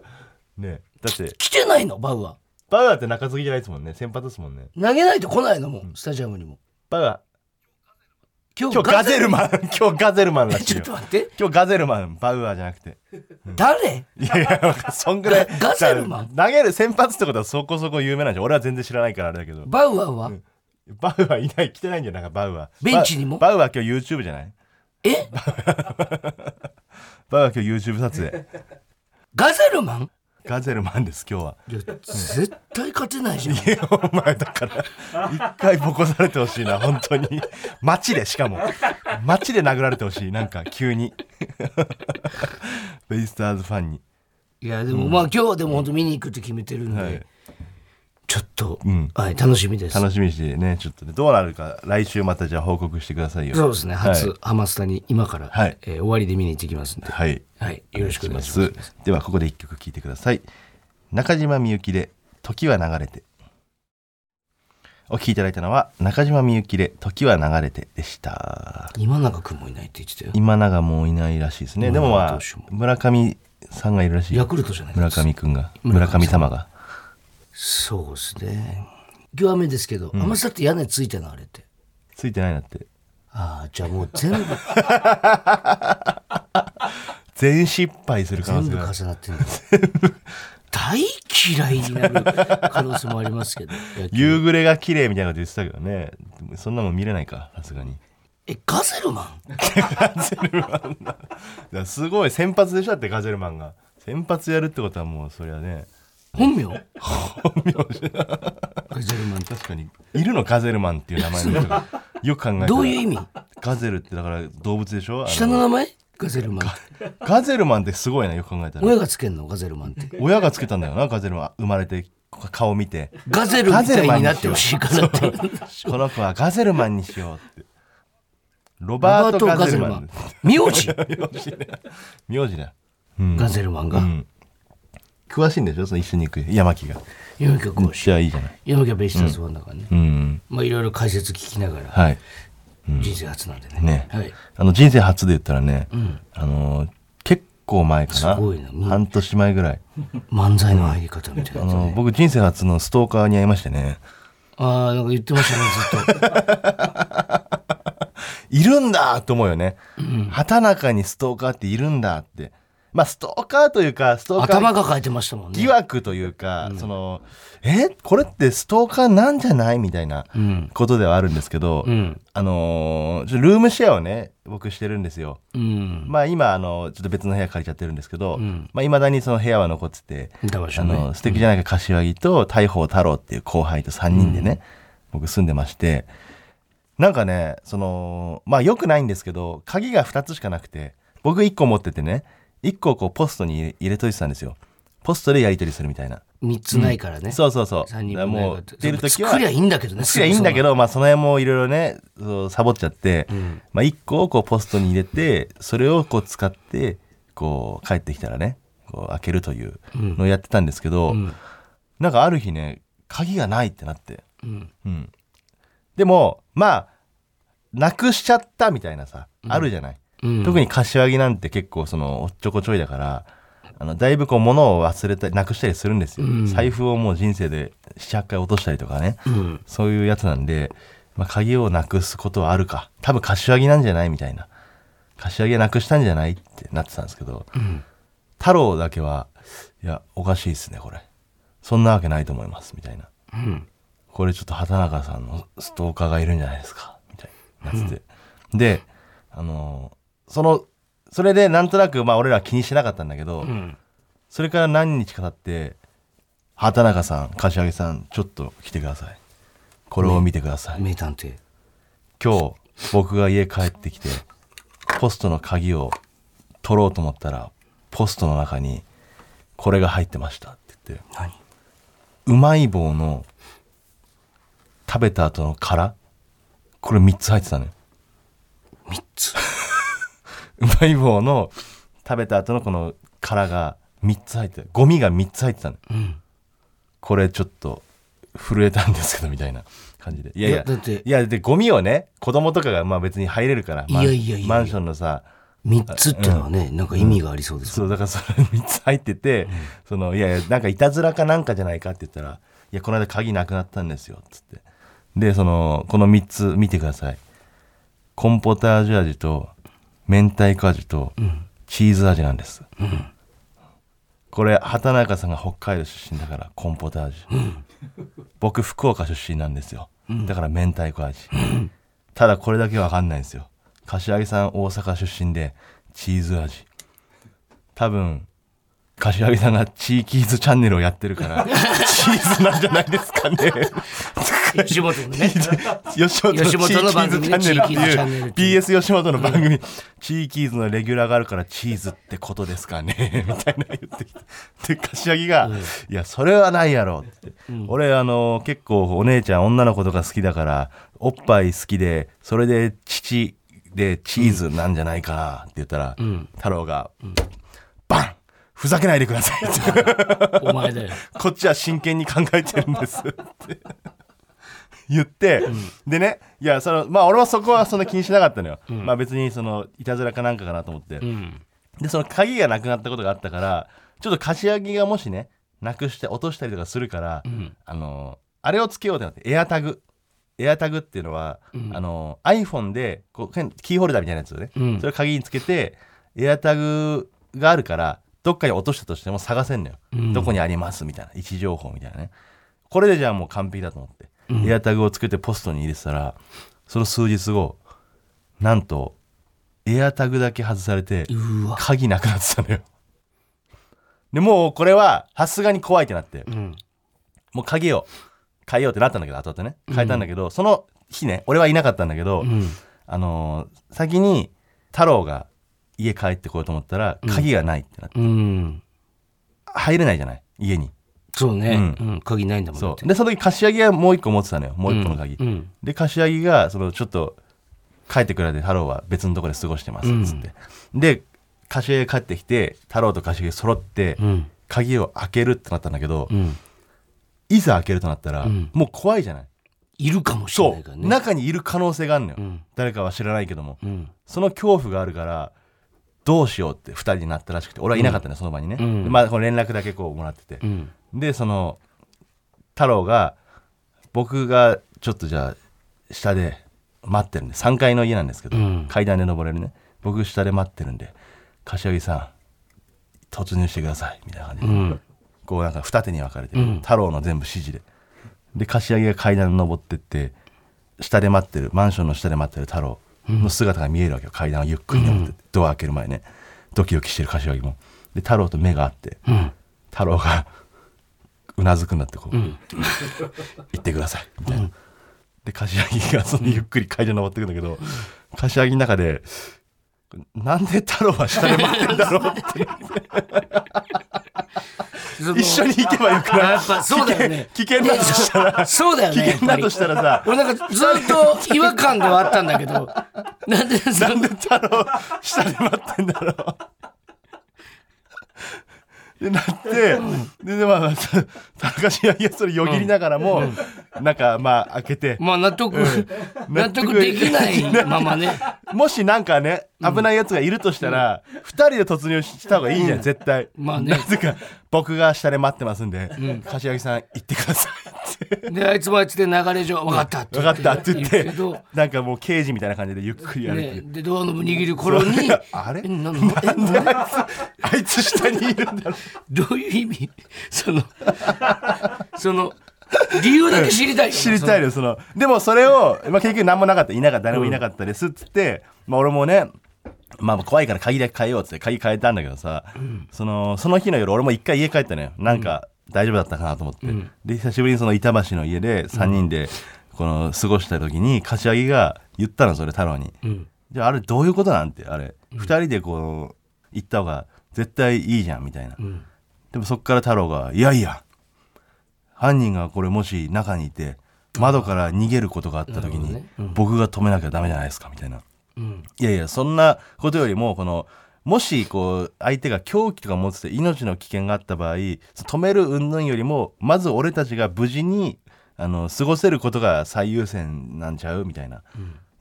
[SPEAKER 2] ねえだって
[SPEAKER 1] 来てないのバウア
[SPEAKER 2] バウアーって中継ぎじゃないですもんね先発ですもんね
[SPEAKER 1] ー。投げないと来ないのもう、スタジアムにも。
[SPEAKER 2] バウアー
[SPEAKER 1] 今日
[SPEAKER 2] 今日ガゼルマン今日ガゼルマンら
[SPEAKER 1] え
[SPEAKER 2] しい
[SPEAKER 1] ちょっ
[SPEAKER 2] よ
[SPEAKER 1] と待って。
[SPEAKER 2] 今日ガゼルマンバウアーじゃなくて
[SPEAKER 1] 誰
[SPEAKER 2] いやいや、そんぐらい。
[SPEAKER 1] ガガゼルマン
[SPEAKER 2] じゃあ投げる先発ってことはそこそこ有名なんじゃん。俺は全然知らないからあれだけど。
[SPEAKER 1] バウアーは
[SPEAKER 2] バウアーいない、来てないんじゃないか、バウアー。
[SPEAKER 1] ベンチにも
[SPEAKER 2] ババウアー今日 YouTube じゃない
[SPEAKER 1] え
[SPEAKER 2] バウアー今日 YouTube 撮影。
[SPEAKER 1] ガゼルマン
[SPEAKER 2] ガゼルマンです、今日は。
[SPEAKER 1] いや、絶対勝てないじゃん。
[SPEAKER 2] いや、お前だから、一回ボコされてほしいな、本当に。街で、しかも。街で殴られてほしい、なんか、急に。ベイスターズファンに。
[SPEAKER 1] いやでもまあ今日はでも本当見に行くって決めてるんで、
[SPEAKER 2] はい
[SPEAKER 1] ちょっと、はい楽しみです。
[SPEAKER 2] 楽しみにしてね、ちょっとね、どうなるか、来週またじゃあ報告してくださいよ。
[SPEAKER 1] そうですね。
[SPEAKER 2] はい
[SPEAKER 1] 初ハマスタに今から、
[SPEAKER 2] はい
[SPEAKER 1] えー終わりで見に行ってきますんで、はい、
[SPEAKER 2] はい。
[SPEAKER 1] よろしくお願いします。
[SPEAKER 2] ではここで一曲聴いてください中島みゆきで「時は流れて」お聴きいただいたのは中島みゆきで「時は流れて」でした
[SPEAKER 1] 今永君もいないって言ってたよ。
[SPEAKER 2] 今永もういないらしいですねでも
[SPEAKER 1] ど
[SPEAKER 2] まあ
[SPEAKER 1] うしよ
[SPEAKER 2] 村上さんがいるらしい
[SPEAKER 1] ヤクルトじゃないで
[SPEAKER 2] 村
[SPEAKER 1] すか。
[SPEAKER 2] 上くんが
[SPEAKER 1] 村上さ
[SPEAKER 2] 村
[SPEAKER 1] ん
[SPEAKER 2] 上様が
[SPEAKER 1] そうですね。今日雨ですけど、天草って屋根ついてんのあれって。
[SPEAKER 2] ついてないなって
[SPEAKER 1] ああ、じゃあもう 全部、
[SPEAKER 2] 全失敗する可能
[SPEAKER 1] 全
[SPEAKER 2] 性
[SPEAKER 1] 部
[SPEAKER 2] がある
[SPEAKER 1] 重なってるの。大嫌いになる可能性もありますけど。野球
[SPEAKER 2] 夕暮れが綺麗みたいなこと言ってたけどねでもそんなもん見れないかさすがに
[SPEAKER 1] え、ガゼルマン
[SPEAKER 2] だからすごい先発でしたってガゼルマンが先発やるってことはもうそりゃね
[SPEAKER 1] 本名ガゼルマンって
[SPEAKER 2] 確かにいるのガゼルマンっていう名前の人がよく考えたら
[SPEAKER 1] どういう意味
[SPEAKER 2] ガゼルってだから動物でしょあの
[SPEAKER 1] 下の名前ガゼルマンって。
[SPEAKER 2] ガゼルマンってすごいなよく考えたら
[SPEAKER 1] 親がつけんのガゼルマンって。
[SPEAKER 2] 親がつけたんだよなガゼルマン生まれて顔見て
[SPEAKER 1] ガゼルみたいになってほしいかなって。
[SPEAKER 2] この子はガゼルマンにしようってロ
[SPEAKER 1] バ
[SPEAKER 2] バー
[SPEAKER 1] ー
[SPEAKER 2] ト・
[SPEAKER 1] ト・
[SPEAKER 2] ガ
[SPEAKER 1] ガ
[SPEAKER 2] ゼ
[SPEAKER 1] ゼ
[SPEAKER 2] ル
[SPEAKER 1] ル
[SPEAKER 2] マ
[SPEAKER 1] マ
[SPEAKER 2] ン
[SPEAKER 1] ン。名字
[SPEAKER 2] 名字だ
[SPEAKER 1] ガゼルマンが。
[SPEAKER 2] 詳しいんでしょその一緒に行く山木が
[SPEAKER 1] 読み曲をし
[SPEAKER 2] じゃあいいじゃない
[SPEAKER 1] 読み曲ベイスターズファンだからね。
[SPEAKER 2] うん
[SPEAKER 1] まあいろいろ解説聞きながら、
[SPEAKER 2] はい
[SPEAKER 1] 人生初なんでね
[SPEAKER 2] ね。
[SPEAKER 1] はい。
[SPEAKER 2] あの人生初で言ったらね、あのー結構前かな
[SPEAKER 1] すごいなうん
[SPEAKER 2] 半年前ぐらい
[SPEAKER 1] 漫才の入り方みたい
[SPEAKER 2] あ
[SPEAKER 1] な。
[SPEAKER 2] のー僕人生初のストーカーに会いましてね
[SPEAKER 1] ああ、なんか言ってましたね、ずっと。
[SPEAKER 2] いるんだと思うよね、畑中にストーカーっているんだってまあストーカーというかス トーカー
[SPEAKER 1] 頭が変えてましたもん
[SPEAKER 2] 疑
[SPEAKER 1] ね。
[SPEAKER 2] 惑というか、そのえこれってストーカーなんじゃないみたいな
[SPEAKER 1] うん。
[SPEAKER 2] ことではあるんですけど、
[SPEAKER 1] うん。
[SPEAKER 2] あのーちょっとルームシェアをね僕してるんですよ
[SPEAKER 1] うん。
[SPEAKER 2] まあ今あのちょっと別の部屋借りちゃってるんですけど、
[SPEAKER 1] ん
[SPEAKER 2] まあいまだにその部屋は残ってて、
[SPEAKER 1] 見た場所
[SPEAKER 2] あ
[SPEAKER 1] ね
[SPEAKER 2] の。素敵じゃないか柏木と大鵬太郎っていう後輩と3人でね、僕住んでましてなんかねそのまあよくないんですけど鍵が2つしかなくて僕1個持っててね1個こうポストに入れといてたんですよポストでやり取りするみたいな
[SPEAKER 1] 三つないからね。
[SPEAKER 2] そうそうそう
[SPEAKER 1] 三人
[SPEAKER 2] だから
[SPEAKER 1] 分ない
[SPEAKER 2] も
[SPEAKER 1] から
[SPEAKER 2] う出る時は
[SPEAKER 1] 作りゃいいんだけどね。
[SPEAKER 2] 作りゃいいんだけど、まあ、その辺もいろいろねそうサボっちゃって、
[SPEAKER 1] ん
[SPEAKER 2] まあ、1個をこうポストに入れてそれをこう使ってこう帰ってきたらねこう開けるというのをやってたんですけど、
[SPEAKER 1] ん
[SPEAKER 2] なんかある日ね鍵がないってなって、
[SPEAKER 1] すぐその。うん。
[SPEAKER 2] うんでもまあなくしちゃったみたいなさあるじゃない、
[SPEAKER 1] うん
[SPEAKER 2] 特に柏木なんて結構そのおっちょこちょいだからあのだいぶこう物を忘れたりなくしたりするんですよ、
[SPEAKER 1] うん
[SPEAKER 2] 財布をもう人生で78回落としたりとかね、
[SPEAKER 1] うん。
[SPEAKER 2] そういうやつなんで、まあ、鍵をなくすことはあるか。多分柏木なんじゃないみたいな。柏木はなくしたんじゃないってなってたんですけど、
[SPEAKER 1] ん
[SPEAKER 2] 太郎だけは、いや、おかしいですね、これ。そんなわけないと思います、みたいな。
[SPEAKER 1] うん。
[SPEAKER 2] これちょっと畑中さんのストーカーがいるんじゃないですか、みたいになってて。で、あのーその、それでなんとなく、まあ俺らは気にしてなかったんだけど、
[SPEAKER 1] うん。
[SPEAKER 2] それから何日か経って、畑中さん、柏木さん、ちょっと来てください。これを見てください。
[SPEAKER 1] 名探偵。
[SPEAKER 2] 今日、僕が家帰ってきて、ポストの鍵を取ろうと思ったら、ポストの中に、これが入ってましたって言って、
[SPEAKER 1] 何
[SPEAKER 2] うまい棒の、食べた後の殻これ3つ入ってたのよ。
[SPEAKER 1] 三つ。
[SPEAKER 2] うまい棒の、食べた後のこの殻が3つ入ってた。ゴミが3つ入ってたのよ。
[SPEAKER 1] うん。
[SPEAKER 2] これちょっと震えたんですけどみたいな感じでいやいや
[SPEAKER 1] だだって
[SPEAKER 2] いやでゴミをね子供とかがまあ別に入れるからマン
[SPEAKER 1] いやいやいや
[SPEAKER 2] マンションのさ
[SPEAKER 1] 三つってのはね、なんか意味がありそうです。
[SPEAKER 2] そうだからそれ3つ入ってて、そのいやいやなんかいたずらかなんかじゃないかって言ったら「いやこの間鍵なくなったんですよ」っつってでそのこの3つ見てくださいコンポタージュ味と明太子味とチーズ味なんです、これ畑中さんが北海道出身だからコンポタージュ、僕福岡出身なんですよ、だから明太子味、ただこれだけは分かんないんですよ柏木さん大阪出身でチーズ味多分柏木さんがチーキーズチャンネルをやってるから チーズなんじゃないですかね
[SPEAKER 1] 吉本の ね。
[SPEAKER 2] 吉本の
[SPEAKER 1] 吉
[SPEAKER 2] チ
[SPEAKER 1] 本の番組ね
[SPEAKER 2] ーキーズチャンネ
[SPEAKER 1] チーキーズチャンネ
[SPEAKER 2] ルってい
[SPEAKER 1] ル
[SPEAKER 2] う
[SPEAKER 1] っていう
[SPEAKER 2] BS 吉本の番組チーキーズのレギュラーがあるからチーズってことですか ねみたいな言ってきてで柏木が「いやそれはないやろ」って俺あの結構お姉ちゃん女の子とか好きだからおっぱい好きでそれで父でチーズなんじゃないかなって言ったら太郎が「バンふざけないでください」って
[SPEAKER 1] お前だよ。
[SPEAKER 2] こっちは真剣に考えてるんですって言って、でねいやそのまあ俺はそこはそんな気にしなかったのよ、まあ別にそのいたずらかなんかかなと思って、
[SPEAKER 1] うん。
[SPEAKER 2] でその鍵がなくなったことがあったからちょっと柏木がもしねなくして落としたりとかするから、あのあれをつけようってなってエアタグエアタグっていうのは、あの iPhone でこうペンキーホルダーみたいなやつをね、
[SPEAKER 1] うん
[SPEAKER 2] それを鍵につけてエアタグがあるからどっかに落としたとしても探せんのよ、どこにありますみたいな位置情報みたいなねこれでじゃあもう完璧だと思って、エアタグをつけてポストに入れてたらその数日後なんとエアタグだけ外されて
[SPEAKER 1] うわ
[SPEAKER 2] 鍵なくなってたのよでもうこれはさすがに怖いってなって、
[SPEAKER 1] うん
[SPEAKER 2] もう鍵を変えようってなったんだけど後々ね変えたんだけど、その日ね俺はいなかったんだけど、
[SPEAKER 1] うん
[SPEAKER 2] あのー先に太郎が家帰ってこようと思ったら鍵がないってなって、
[SPEAKER 1] うん
[SPEAKER 2] 入れないじゃない家に
[SPEAKER 1] そうね、
[SPEAKER 2] う
[SPEAKER 1] うん鍵ないんだもん
[SPEAKER 2] そうでその時柏木がもう一個持ってたのよもう一個の鍵、
[SPEAKER 1] うんうん
[SPEAKER 2] で柏木がそのちょっと帰ってくるで太郎は別のところで過ごしてますっつって、で柏木が帰ってきて太郎と柏木揃って
[SPEAKER 1] うん
[SPEAKER 2] 鍵を開けるってなったんだけど、
[SPEAKER 1] うん
[SPEAKER 2] いざ開けるとなったら、
[SPEAKER 1] ん
[SPEAKER 2] もう怖いじゃない
[SPEAKER 1] いるかもしれ
[SPEAKER 2] そ
[SPEAKER 1] ないうからね
[SPEAKER 2] 中にいる可能性があるのよ、
[SPEAKER 1] ん
[SPEAKER 2] 誰かは知らないけども
[SPEAKER 1] うん
[SPEAKER 2] その恐怖があるからどうしようって2人になったらしくて俺はいなかったね、その場にね、
[SPEAKER 1] うん
[SPEAKER 2] でまあ、この連絡だけこうもらって
[SPEAKER 1] う、
[SPEAKER 2] て
[SPEAKER 1] ん
[SPEAKER 2] でその太郎が僕がちょっとじゃあ下で待ってるんで3階の家なんですけど、
[SPEAKER 1] うん
[SPEAKER 2] 階段で登れるね僕下で待ってるんで柏木さん突入してくださいみたいな感じで、
[SPEAKER 1] うん
[SPEAKER 2] こうなんか二手に分かれて、
[SPEAKER 1] うん
[SPEAKER 2] 太郎の全部指示でで柏木が階段登ってって下で待ってるマンションの下で待ってる太郎の姿が見えるわけよ階段をゆっくり登ってって、ドア開ける前ねドキドキしてる柏木もで太郎と目が合って
[SPEAKER 1] うん
[SPEAKER 2] 太郎がうなずくんだってこう、
[SPEAKER 1] ん
[SPEAKER 2] 行ってくださいみたいな、で柏木がそのゆっくり階段登ってくんだけど、柏木の中でなんで太郎は下で待ってるんだろうって 一緒に行けばよくない
[SPEAKER 1] やっぱそうだよね
[SPEAKER 2] 危険危険だとしたら
[SPEAKER 1] そうだよ
[SPEAKER 2] 危
[SPEAKER 1] ねやっ
[SPEAKER 2] 険
[SPEAKER 1] ぱ
[SPEAKER 2] だ
[SPEAKER 1] り
[SPEAKER 2] としたらさ
[SPEAKER 1] 俺なんかずっと違和感ではあったんだけど なんでそ
[SPEAKER 2] なんで太郎下で待ってんだろうでなって、ででまあた田中氏いやそれよぎりながらも、なんかまあ開けて、
[SPEAKER 1] まあ納得、
[SPEAKER 2] ん
[SPEAKER 1] 納得できない
[SPEAKER 2] 納得できない
[SPEAKER 1] ままね
[SPEAKER 2] もしなんかね危ないやつがいるとしたら、二人で突入した方がいいじゃん、絶対
[SPEAKER 1] まあね
[SPEAKER 2] なぜか僕が下で待ってますんで、柏木さん行ってくださいって
[SPEAKER 1] であいつもあいつで流れ上分かったって
[SPEAKER 2] 分かったって言って
[SPEAKER 1] 言うけど
[SPEAKER 2] なんかもう刑事みたいな感じでゆっくり歩く、
[SPEAKER 1] ね、でドアノブ握る頃に
[SPEAKER 2] あれ
[SPEAKER 1] えなんなんえ
[SPEAKER 2] あいつ下にいるんだろ
[SPEAKER 1] どういう意味 そのその理由だけ知りたいよな
[SPEAKER 2] 知りたいのよそのでもそれを、まあ、結局何もなかったいなかった誰もいなかったですっつって、まあ、俺もねまあ怖いから鍵だけ変えようっつって鍵変えたんだけどさ、そのその日の夜俺も一回家帰ったのよなんか大丈夫だったかなと思って、で久しぶりにその板橋の家で3人でこの過ごした時に柏木が言ったのそれ太郎に、じゃああれどういうことなんてあれ、2人でこう行った方が絶対いいじゃんみたいな、でもそっから太郎が「いやいや犯人がこれもし中にいて窓から逃げることがあった時に、僕が止めなきゃダメじゃないですかみたいな、いやいやそんなことよりもこのもしこう相手が凶器とか持ってて命の危険があった場合止める云々よりもまず俺たちが無事にあの過ごせることが最優先なんちゃうみたいな、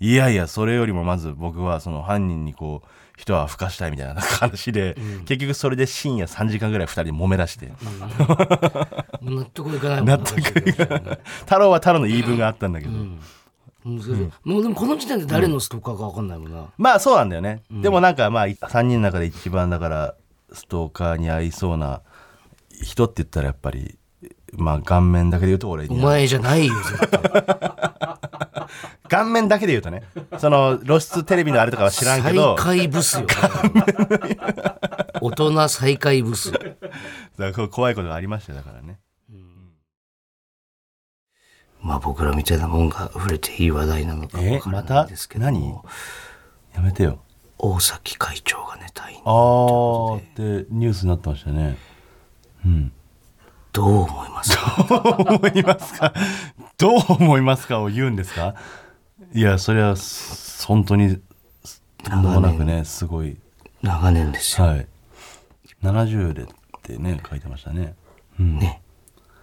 [SPEAKER 2] いやいやそれよりもまず僕はその犯人にこう人は吹かしたいみたいな話で、結局それで深夜3時間ぐらい2人で揉め出して。
[SPEAKER 1] もう納得いかないもん
[SPEAKER 2] 納得いかない太郎は太郎の言い分があったんだけど、
[SPEAKER 1] うんそれもうでもこの時点で誰のストーカーか分かんないもんな、
[SPEAKER 2] まあそうなんだよね、でもなんかまあ3人の中で一番だからストーカーに合いそうな人って言ったらやっぱりまあ顔面だけで言うと俺
[SPEAKER 1] お
[SPEAKER 2] に
[SPEAKER 1] 前じゃないよ絶対
[SPEAKER 2] 顔面だけで言うとねその露出テレビのあれとかは知らんけど
[SPEAKER 1] 最下位ブスよ大人最下位ブス
[SPEAKER 2] だから怖いことがありましたよだからね
[SPEAKER 1] まあ僕らみたいなもんが触れていい話題なのか
[SPEAKER 2] え
[SPEAKER 1] わからないんですけども、
[SPEAKER 2] やめてよ
[SPEAKER 1] 大崎会長がね退院
[SPEAKER 2] ああってニュースになってましたねうん
[SPEAKER 1] どう思いますか
[SPEAKER 2] 思いますかどう思いますかを言うんですかいやそれはす本当にすとんでもなくねすごい
[SPEAKER 1] 長年ですよ、
[SPEAKER 2] はい70でってね書いてましたね、うん
[SPEAKER 1] ね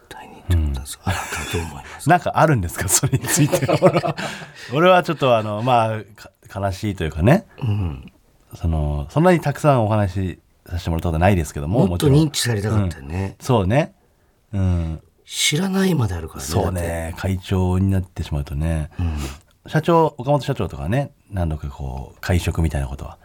[SPEAKER 1] 退任ってことです、あなたどう思い ます
[SPEAKER 2] なんかあるんですかそれについて 俺は俺はちょっとあのまあか悲しいというかね
[SPEAKER 1] うん、
[SPEAKER 2] そのそんなにたくさんお話しさせてもらったことないですけども
[SPEAKER 1] もっと
[SPEAKER 2] ちろん
[SPEAKER 1] 認知されたかったよね、
[SPEAKER 2] そうねうん
[SPEAKER 1] 知らないまであるからね。
[SPEAKER 2] そうね会長になってしまうとね、社長岡本社長とかね何度かこう会食みたいなことは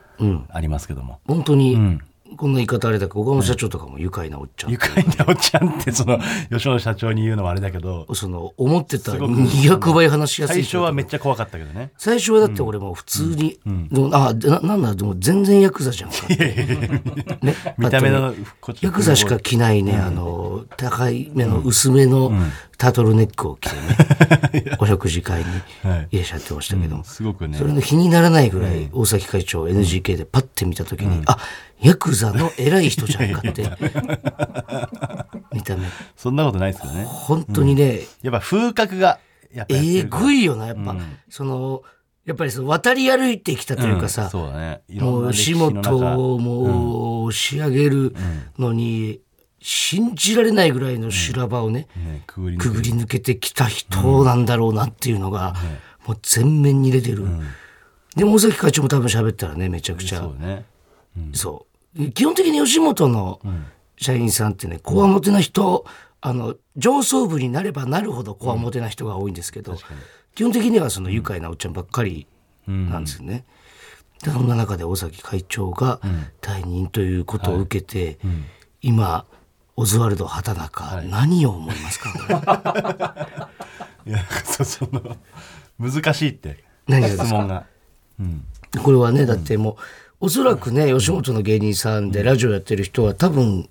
[SPEAKER 2] ありますけども、
[SPEAKER 1] 本当に、こんな言い方あれだけど、小川社長とかも愉快なおっちゃん。
[SPEAKER 2] 愉快なおっちゃんってその吉野社長に言うのもあれだけど
[SPEAKER 1] その、思ってた200倍話しやす
[SPEAKER 2] 最
[SPEAKER 1] い
[SPEAKER 2] 初
[SPEAKER 1] 人
[SPEAKER 2] はめっちゃ怖かったけどね
[SPEAKER 1] 最初はだって俺もう普通に、でもあでななんだでも全然ヤクザじゃんか、ね、
[SPEAKER 2] 見た目
[SPEAKER 1] あと
[SPEAKER 2] の
[SPEAKER 1] ね
[SPEAKER 2] こっち
[SPEAKER 1] ヤクザしか着ないね、あの高い目の薄めのタートルネックを着てね、 お食事会に
[SPEAKER 2] はい
[SPEAKER 1] いらっしゃってましたけども、
[SPEAKER 2] すごくね
[SPEAKER 1] それの日にならないぐらい大崎会長 NGK でパッて見た時に、あヤクザの偉い人じゃん かって見た目
[SPEAKER 2] そんなことないですよね
[SPEAKER 1] 本当にね、
[SPEAKER 2] やっぱ風格がやっぱやって
[SPEAKER 1] え
[SPEAKER 2] るから
[SPEAKER 1] ぐいよなやっぱ、そのやっぱりその渡り歩いてきたというかさ、
[SPEAKER 2] んそうだねいろ
[SPEAKER 1] も
[SPEAKER 2] んな
[SPEAKER 1] う
[SPEAKER 2] 歴史
[SPEAKER 1] 仕
[SPEAKER 2] の中
[SPEAKER 1] 事をもう仕上げるのに、信じられないぐらいの修羅場をね、
[SPEAKER 2] ねくぐり抜け
[SPEAKER 1] くぐり抜けてきた人なんだろうなっていうのが、もう全面に出てる。でも、尾崎会長も多分喋ったらね、めちゃくちゃ。
[SPEAKER 2] そうね
[SPEAKER 1] そう。基本的に吉本の社員さんってね、こわもてな人、あの、上層部になればなるほどこわもてな人が多いんですけど、基本的にはその愉快なおっちゃんばっかりなんですよね。でそんな中で尾崎会長が退任ということを受けて、今、オズワルド畑中、何を思いますかこれ
[SPEAKER 2] いや そその難しいって
[SPEAKER 1] 何がです
[SPEAKER 2] 質
[SPEAKER 1] か
[SPEAKER 2] 問が
[SPEAKER 1] これは ねだってもうおそらくね吉本の芸人さんでラジオやってる人は多分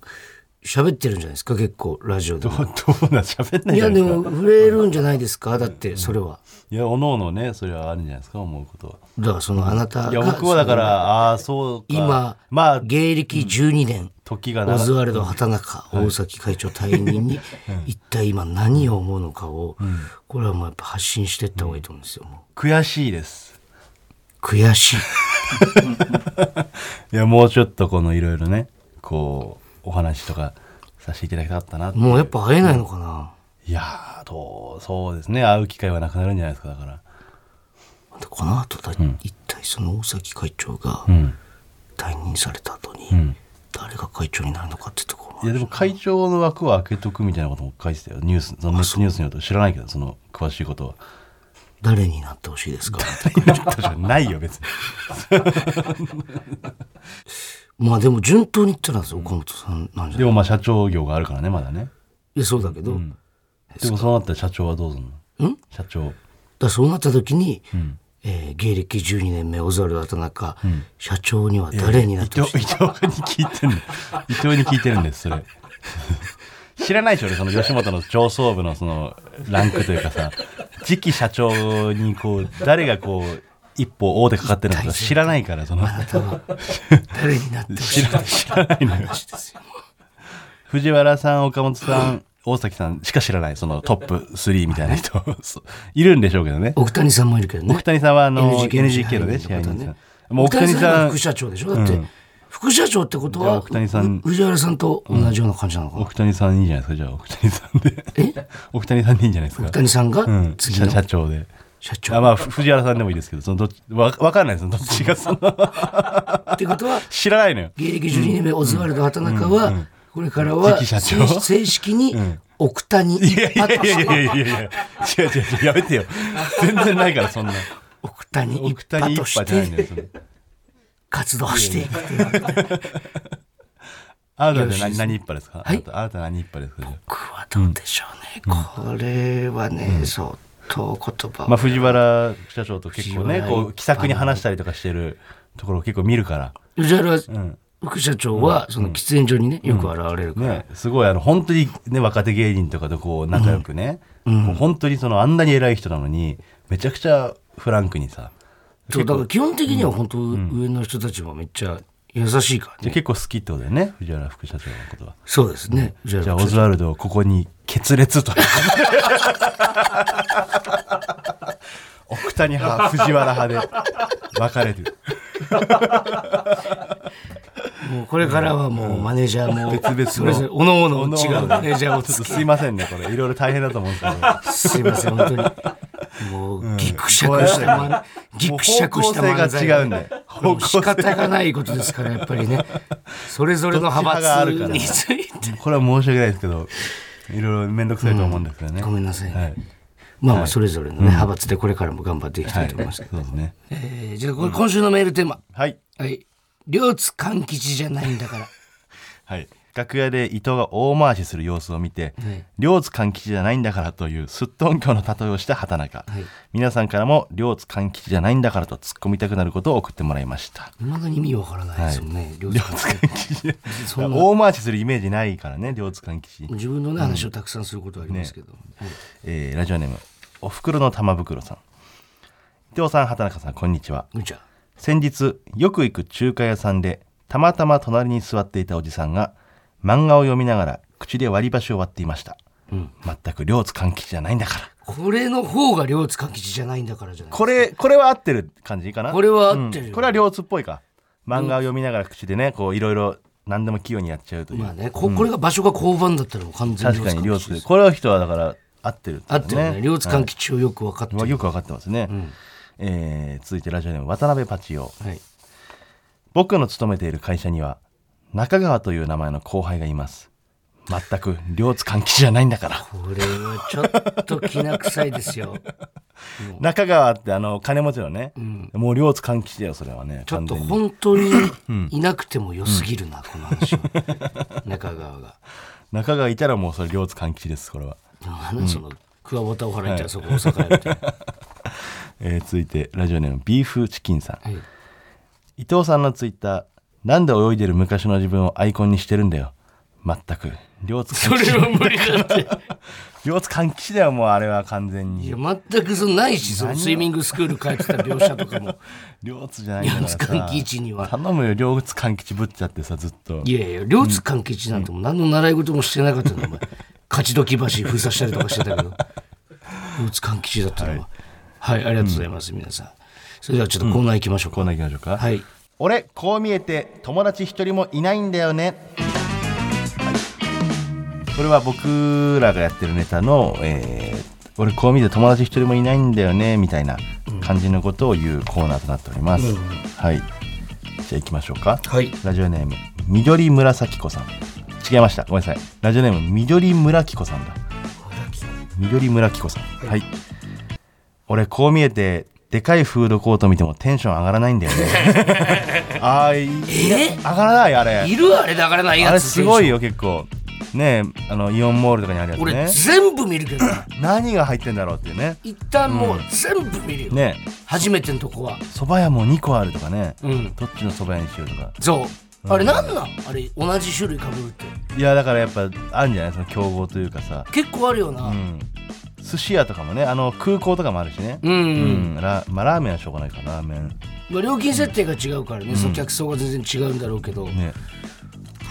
[SPEAKER 1] 喋ってるんじゃないですか結構ラジオで
[SPEAKER 2] ど
[SPEAKER 1] も
[SPEAKER 2] うどうなん喋んない
[SPEAKER 1] い
[SPEAKER 2] じゃ
[SPEAKER 1] や
[SPEAKER 2] ない
[SPEAKER 1] で
[SPEAKER 2] ですか
[SPEAKER 1] も触れるんじゃないですかだってそれはい
[SPEAKER 2] やおのおのねそれはあるんじゃないですか思うことは
[SPEAKER 1] だからそのあなた
[SPEAKER 2] いや
[SPEAKER 1] が
[SPEAKER 2] 僕はだからああーそうか
[SPEAKER 1] 今
[SPEAKER 2] まあ
[SPEAKER 1] 芸歴12年
[SPEAKER 2] 時が
[SPEAKER 1] オズ
[SPEAKER 2] 長い
[SPEAKER 1] ワルド畑中大崎会長退任に一体今何を思うのかをこれはもうやっぱ発信していった方がいいと思うんですよも
[SPEAKER 2] 悔しいです
[SPEAKER 1] う悔しい
[SPEAKER 2] いやもうちょっとこのいろいろねこうお話とかさせていただきたかったなって
[SPEAKER 1] もうやっぱ会えないのかな、
[SPEAKER 2] いやーどうそうですね会う機会はなくなるんじゃないですかだから
[SPEAKER 1] でこの後だ、一体その大崎会長が
[SPEAKER 2] うん
[SPEAKER 1] 退任された後に、
[SPEAKER 2] ん
[SPEAKER 1] 誰が会長になるのかってとこ
[SPEAKER 2] いやでも会長の枠を開けとくみたいなことも書いてたよニュースそのネットニュースによると知らないけどその詳しいことは
[SPEAKER 1] 誰になってほしいですか
[SPEAKER 2] 確かにないよ別に
[SPEAKER 1] まあでも順当に言ったら岡本さんなんじゃない
[SPEAKER 2] でもまあ社長業があるからねまだね
[SPEAKER 1] いやそうだけど、だか
[SPEAKER 2] でもそうなったら社長はどうするの
[SPEAKER 1] ん
[SPEAKER 2] 社長
[SPEAKER 1] らそうなった時に、えー芸歴12年目オズワルド畑中、社長には誰になって
[SPEAKER 2] 伊
[SPEAKER 1] ほしい
[SPEAKER 2] 藤伊藤に聞いて る伊藤に聞いてるんですそれ 知らないでしょ俺その吉本の上層部のそのランクというかさ次期社長にこう誰がこう一歩大手かかってるのか知らないからその
[SPEAKER 1] 誰になってほしい
[SPEAKER 2] 知ら知らな いのよ
[SPEAKER 1] 話ですよ
[SPEAKER 2] 藤原さん岡本さん大崎さんしか知らないそのトップ3みたいな人そういるんでしょうけどね
[SPEAKER 1] 奥谷さんもいるけどね
[SPEAKER 2] 奥谷さんはあの
[SPEAKER 1] NGK
[SPEAKER 2] NGK
[SPEAKER 1] の
[SPEAKER 2] のね
[SPEAKER 1] 支
[SPEAKER 2] 支
[SPEAKER 1] 配人
[SPEAKER 2] 配人
[SPEAKER 1] ね
[SPEAKER 2] さんもう奥
[SPEAKER 1] 奥谷
[SPEAKER 2] 谷
[SPEAKER 1] さんが
[SPEAKER 2] さん
[SPEAKER 1] 副社長でしょだって、副社長ってことは
[SPEAKER 2] 奥谷さん
[SPEAKER 1] ふ藤原さんと同じような感じなのかな、
[SPEAKER 2] 奥谷さんいいんじゃないですかじゃあ奥谷さんで
[SPEAKER 1] え
[SPEAKER 2] 奥谷さんでいいんじゃないですか
[SPEAKER 1] 奥谷さんが
[SPEAKER 2] うん、
[SPEAKER 1] 次の
[SPEAKER 2] 社社長で。
[SPEAKER 1] 社長
[SPEAKER 2] あまあ、ふ藤原さんでもいいですけど、そのどっち、わわかんないですよ。どっ ちがその、
[SPEAKER 1] ってことは
[SPEAKER 2] 知らないのよ。
[SPEAKER 1] 芸歴12年目オズワルド畑中はこれからは
[SPEAKER 2] 次期社
[SPEAKER 1] 正
[SPEAKER 2] 長
[SPEAKER 1] 正式に奥谷
[SPEAKER 2] い
[SPEAKER 1] 一
[SPEAKER 2] やいや
[SPEAKER 1] 派と
[SPEAKER 2] いや
[SPEAKER 1] し
[SPEAKER 2] い
[SPEAKER 1] て
[SPEAKER 2] やいやいやいや、違う違う違う、やめ てよ。全然ないから、そんな。
[SPEAKER 1] 奥谷一
[SPEAKER 2] 奥
[SPEAKER 1] 派
[SPEAKER 2] 谷一
[SPEAKER 1] とし
[SPEAKER 2] 派じゃないんだよ
[SPEAKER 1] て
[SPEAKER 2] その。
[SPEAKER 1] 活動していく
[SPEAKER 2] あなたって何何一派ですか、
[SPEAKER 1] はい
[SPEAKER 2] あなたあなた何一派ですかじゃあ
[SPEAKER 1] 僕はどうでしょうねこれはね相当言葉
[SPEAKER 2] まあ、
[SPEAKER 1] を
[SPEAKER 2] 藤原社長と結構
[SPEAKER 1] 藤
[SPEAKER 2] ね、
[SPEAKER 1] 原
[SPEAKER 2] こう、気さくに話したりとかしてるところを結構見るから。
[SPEAKER 1] 藤原
[SPEAKER 2] ん
[SPEAKER 1] 副社長はその喫煙所にねよく現れるから
[SPEAKER 2] ね、すごいあの本当に、ね、若手芸人とかとこう仲良くね、もう本当にそのあんなに偉い人なのにめちゃくちゃフランクにさ
[SPEAKER 1] そうだから基本的には本当上の人たちもめっちゃ優しいから
[SPEAKER 2] じゃあ
[SPEAKER 1] ね
[SPEAKER 2] 結構好きってことだよね藤原副社長のことは。
[SPEAKER 1] そうですね藤
[SPEAKER 2] じゃあ
[SPEAKER 1] 原
[SPEAKER 2] オズワルドをここに決 裂と奥谷派藤原派で分かれてる
[SPEAKER 1] もうこれからはもうマネージャーも
[SPEAKER 2] 別々の
[SPEAKER 1] それぞれおのおの違うマネージャーを
[SPEAKER 2] ちょっ
[SPEAKER 1] つ
[SPEAKER 2] と
[SPEAKER 1] け
[SPEAKER 2] すいませんねこれいろいろ大変だと思うんですけど
[SPEAKER 1] すいません、本当に。もう、ぎくしゃくした漫才、ぎくしゃくした漫才。
[SPEAKER 2] もう方向性が違うんだよ
[SPEAKER 1] もう仕方がないことですから、やっぱりね。それぞれの派閥について。
[SPEAKER 2] これは申し訳ないですけどいろいろ面倒くさいと思うんですよね。
[SPEAKER 1] ごめんなさいね
[SPEAKER 2] はい。
[SPEAKER 1] まあまあそれぞれのね、派閥でこれからも頑張っていきたいと思いますけど、
[SPEAKER 2] そうですね。
[SPEAKER 1] えーじゃあこれ今週のメールテーマ、
[SPEAKER 2] はい。
[SPEAKER 1] はい両津勘吉じゃないんだから
[SPEAKER 2] はい。楽屋で伊藤が大回しする様子を見て
[SPEAKER 1] はい、
[SPEAKER 2] 両津勘吉じゃないんだからというすっとんきょうの例えをした畑中
[SPEAKER 1] はい。
[SPEAKER 2] 皆さんからも両津勘吉じゃないんだからと突っ込みたくなることを送ってもらいました。
[SPEAKER 1] いまだに意味わからないですよね、両津勘吉そんな
[SPEAKER 2] 大回しするイメージないからね、両津勘吉。
[SPEAKER 1] 自分のね話をたくさんすることはありますけど、はい
[SPEAKER 2] えーラジオネーム、おふくろの玉袋さん。伊藤さん、畑中さん、こんにちは。
[SPEAKER 1] ぐんちゃん
[SPEAKER 2] 先日よく行く中華屋さんでたまたま隣に座っていたおじさんが漫画を読みながら口で割り箸を割っていました、全く両津勘吉じゃないんだから
[SPEAKER 1] これの方が両津勘吉じゃないんだからじゃない
[SPEAKER 2] これこれは合ってる感じかな
[SPEAKER 1] これは合ってるよ
[SPEAKER 2] これは両津っぽいか漫画を読みながら口でねこういろいろ何でも器用にやっちゃうという、
[SPEAKER 1] まあねここれが場所が交番だったらもう完全に
[SPEAKER 2] 確かに
[SPEAKER 1] 両
[SPEAKER 2] 両
[SPEAKER 1] 津勘吉で
[SPEAKER 2] 津
[SPEAKER 1] す
[SPEAKER 2] これは人はだから合ってる
[SPEAKER 1] 合ってるね両津勘
[SPEAKER 2] 吉、
[SPEAKER 1] 吉をよく分かって
[SPEAKER 2] はい
[SPEAKER 1] る、
[SPEAKER 2] よくわかってますね、えー続いてラジオネーム渡辺パチオ
[SPEAKER 1] はい
[SPEAKER 2] 僕の勤めている会社には中川という名前の後輩がいます全く両津勘吉じゃないんだから
[SPEAKER 1] これはちょっときな臭いですよ
[SPEAKER 2] 中川ってあの金持ちのね、もう両津勘吉だよそれはね
[SPEAKER 1] ちょっと
[SPEAKER 2] 完全に
[SPEAKER 1] 本当にいなくても良すぎるな、この話は 中川が
[SPEAKER 2] 中川いたらもうそれ両津勘吉ですこれは、
[SPEAKER 1] でもあのその桑ボタを払いたらそこ大阪やみたいな、
[SPEAKER 2] えー続いてラジオネームビーフチキンさん、
[SPEAKER 1] はい
[SPEAKER 2] 伊藤さんのツイッターなんで泳いでる昔の自分をアイコンにしてるんだよ全く両津
[SPEAKER 1] そ
[SPEAKER 2] 勘
[SPEAKER 1] れ
[SPEAKER 2] 吉
[SPEAKER 1] は無理だ って
[SPEAKER 2] 両津勘吉だよもうあれは完
[SPEAKER 1] い
[SPEAKER 2] 全に
[SPEAKER 1] や全くそのないしそのスイミングスクール通ってた描写とか も
[SPEAKER 2] 両津じゃないんだからさ
[SPEAKER 1] 両津勘吉には
[SPEAKER 2] 頼むよ両津勘吉ぶっちゃってさずっと
[SPEAKER 1] いやいや両津勘吉なんてもう何の習い事もしてなかったのお前勝ち時橋封鎖したりとかしてたけど両津勘吉だったのははい、ありがとうございます、皆さんそれではちょっとコーナー行きましょうか、
[SPEAKER 2] コーナー行きましょうか。
[SPEAKER 1] はい
[SPEAKER 2] 俺、こう見えて友達一人もいないんだよね。これは僕らがやってるネタの、えー俺こう見て友達一人もいないんだよね、みたいな感じのことを言うコーナーとなっております。はい。じゃあ行きましょうか。
[SPEAKER 1] はい
[SPEAKER 2] ラジオネーム、緑紫子さん。違いました。ごめんなさい。ラジオネーム、緑村紀子さんだ。緑村紀子さん。はい。俺、こう見えて、でかいフードコート見てもテンション上がらないんだよ ね。あーい
[SPEAKER 1] え
[SPEAKER 2] 上がらない、あれ。
[SPEAKER 1] いるあれだからないやつ
[SPEAKER 2] あれすごいよ、結構。ねえ、あの、イオンモールとかにあるやつ
[SPEAKER 1] 俺
[SPEAKER 2] ね。
[SPEAKER 1] 全部見るけど
[SPEAKER 2] 何が入ってんだろうっていうね。
[SPEAKER 1] 一旦もう全部見るよ、
[SPEAKER 2] ねえ、
[SPEAKER 1] 初めてのとこは
[SPEAKER 2] 蕎麦屋も2個あるとかね。
[SPEAKER 1] うん
[SPEAKER 2] どっちの蕎麦屋にしようとか。
[SPEAKER 1] そうあれなんなんあれ同じ種類かぶるって
[SPEAKER 2] いや、だからやっぱ、あるんじゃないその競合というかさ。
[SPEAKER 1] 結構あるよな、
[SPEAKER 2] うん、寿司屋とかもねあの空港とかもあるしね
[SPEAKER 1] うんうん
[SPEAKER 2] んラまあ、ラーメンはしょうがないかラーメン
[SPEAKER 1] まあ、料金設定が違うからね、その客層が全然違うんだろうけど、
[SPEAKER 2] ね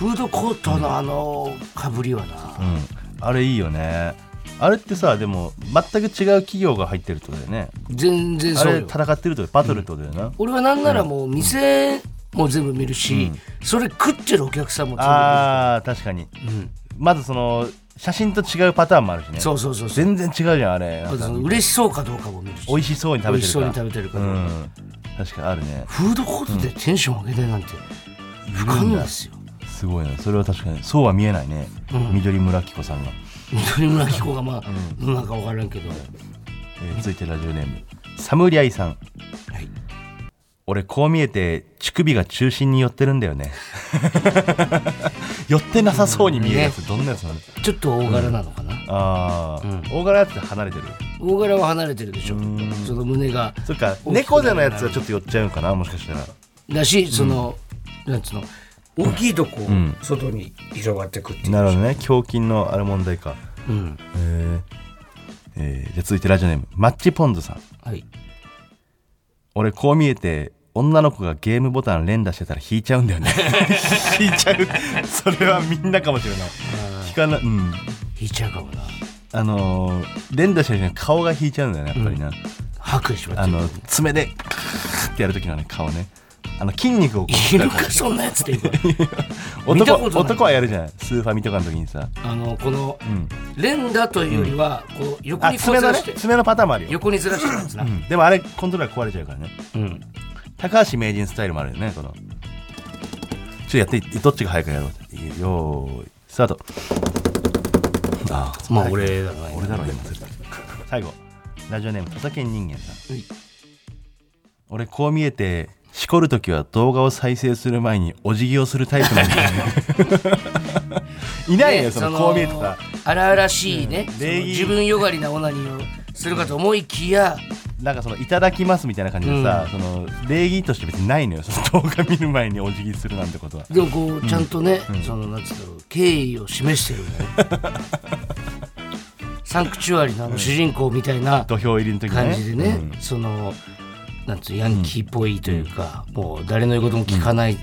[SPEAKER 1] フードコートのあのかぶりはな、
[SPEAKER 2] うんあれいいよねあれってさでも全く違う企業が入ってるってことだよね
[SPEAKER 1] 全然
[SPEAKER 2] あ
[SPEAKER 1] そう
[SPEAKER 2] れ
[SPEAKER 1] よ
[SPEAKER 2] 戦ってるってことバトルってことだよな、
[SPEAKER 1] 俺はなんならもう店も全部見るし、それ食ってるお客さんも全部見る
[SPEAKER 2] あー確かに、まずその写真と違うパターンもあるしね
[SPEAKER 1] そうそうそうそう
[SPEAKER 2] 全然違うじゃんあれ
[SPEAKER 1] あとその嬉しそうかどうかも見るし
[SPEAKER 2] 美味しそうに
[SPEAKER 1] 美
[SPEAKER 2] 食べ
[SPEAKER 1] 味
[SPEAKER 2] て
[SPEAKER 1] し
[SPEAKER 2] る
[SPEAKER 1] そ
[SPEAKER 2] か
[SPEAKER 1] うに食べてるか
[SPEAKER 2] う
[SPEAKER 1] ら、
[SPEAKER 2] ん確かにあるね
[SPEAKER 1] フードコートでテンション上げないなんて不可能ですよ
[SPEAKER 2] すごいなそれは確かにそうは見えないね、緑村紀子さんが
[SPEAKER 1] 緑村紀子がまあ、なんか分からんけど、
[SPEAKER 2] えー続いてラジオネームサムリアイさん、
[SPEAKER 1] はい
[SPEAKER 2] 俺こう見えて乳首が中心に寄ってるんだよね 寄ってなさそうに見えるやつ、どんなやつなの
[SPEAKER 1] ちょっと大柄なのかな、
[SPEAKER 2] ああ、大柄やつ離れてる
[SPEAKER 1] 大柄は離れてるでしょその胸が
[SPEAKER 2] そっか
[SPEAKER 1] 大きくなる
[SPEAKER 2] 猫背のやつはちょっと寄っちゃうのかなもしかしたら
[SPEAKER 1] だしその、なんつうの大きいとこ
[SPEAKER 2] ん
[SPEAKER 1] 外に広がってくっていう、
[SPEAKER 2] なるほどね胸筋のあれ問題か
[SPEAKER 1] うん
[SPEAKER 2] へーえーじゃあ続いてラジオネームマッチポンズさん
[SPEAKER 1] はい、
[SPEAKER 2] 俺こう見えて女の子がゲームボタン連打してたら引いちゃうん だよね引いちゃうそれはみんなかもしれない引かなうん
[SPEAKER 1] 引いちゃうかもな
[SPEAKER 2] あのー連打した時に顔が引いちゃうんだよねやっぱりな、
[SPEAKER 1] 白衣しまっ
[SPEAKER 2] あ
[SPEAKER 1] てる
[SPEAKER 2] の爪でカーってやる時のね顔ねあの筋肉をこう
[SPEAKER 1] いるかそんなやつで今 見た
[SPEAKER 2] 男
[SPEAKER 1] ことない
[SPEAKER 2] 男はやるじゃないスーファミとかの時にさ
[SPEAKER 1] あのこの、連打というよりはこう横
[SPEAKER 2] あ
[SPEAKER 1] にこう
[SPEAKER 2] 爪
[SPEAKER 1] ず
[SPEAKER 2] の
[SPEAKER 1] ら
[SPEAKER 2] ね
[SPEAKER 1] して、
[SPEAKER 2] 爪のパターンもあるよ、
[SPEAKER 1] 横にずらしてるやつな、
[SPEAKER 2] うんでもあれコントローラー壊れちゃうからね
[SPEAKER 1] うん
[SPEAKER 2] 高橋名人スタイルもあるよねこのちょっとやってどっちが早くやろうよーいスタートあ
[SPEAKER 1] まあ俺だな
[SPEAKER 2] 俺だろ今絶対最後ラジオネーム土佐県人間さん
[SPEAKER 1] はい
[SPEAKER 2] 俺こう見えてしこるときは動画を再生する前にお辞儀をするタイプなんだ よねいないよ
[SPEAKER 1] ね
[SPEAKER 2] そのこう見えてさ
[SPEAKER 1] 荒々しいね、その
[SPEAKER 2] 礼儀
[SPEAKER 1] 自分よがりなオナニーをするかと思いきや
[SPEAKER 2] なんかそのいただきますみたいな感じでさ、その礼儀として別にないのよその動画見る前にお辞儀するなんてことは
[SPEAKER 1] でもこうちゃんとね、そのなんつうんだろう敬意を示してるんだ ねサンクチュアリのあの主人公みたいな
[SPEAKER 2] 土俵入りの時ね
[SPEAKER 1] 感じでね、そのなんつうヤンキーっぽいというか、もう誰の言うことも聞かない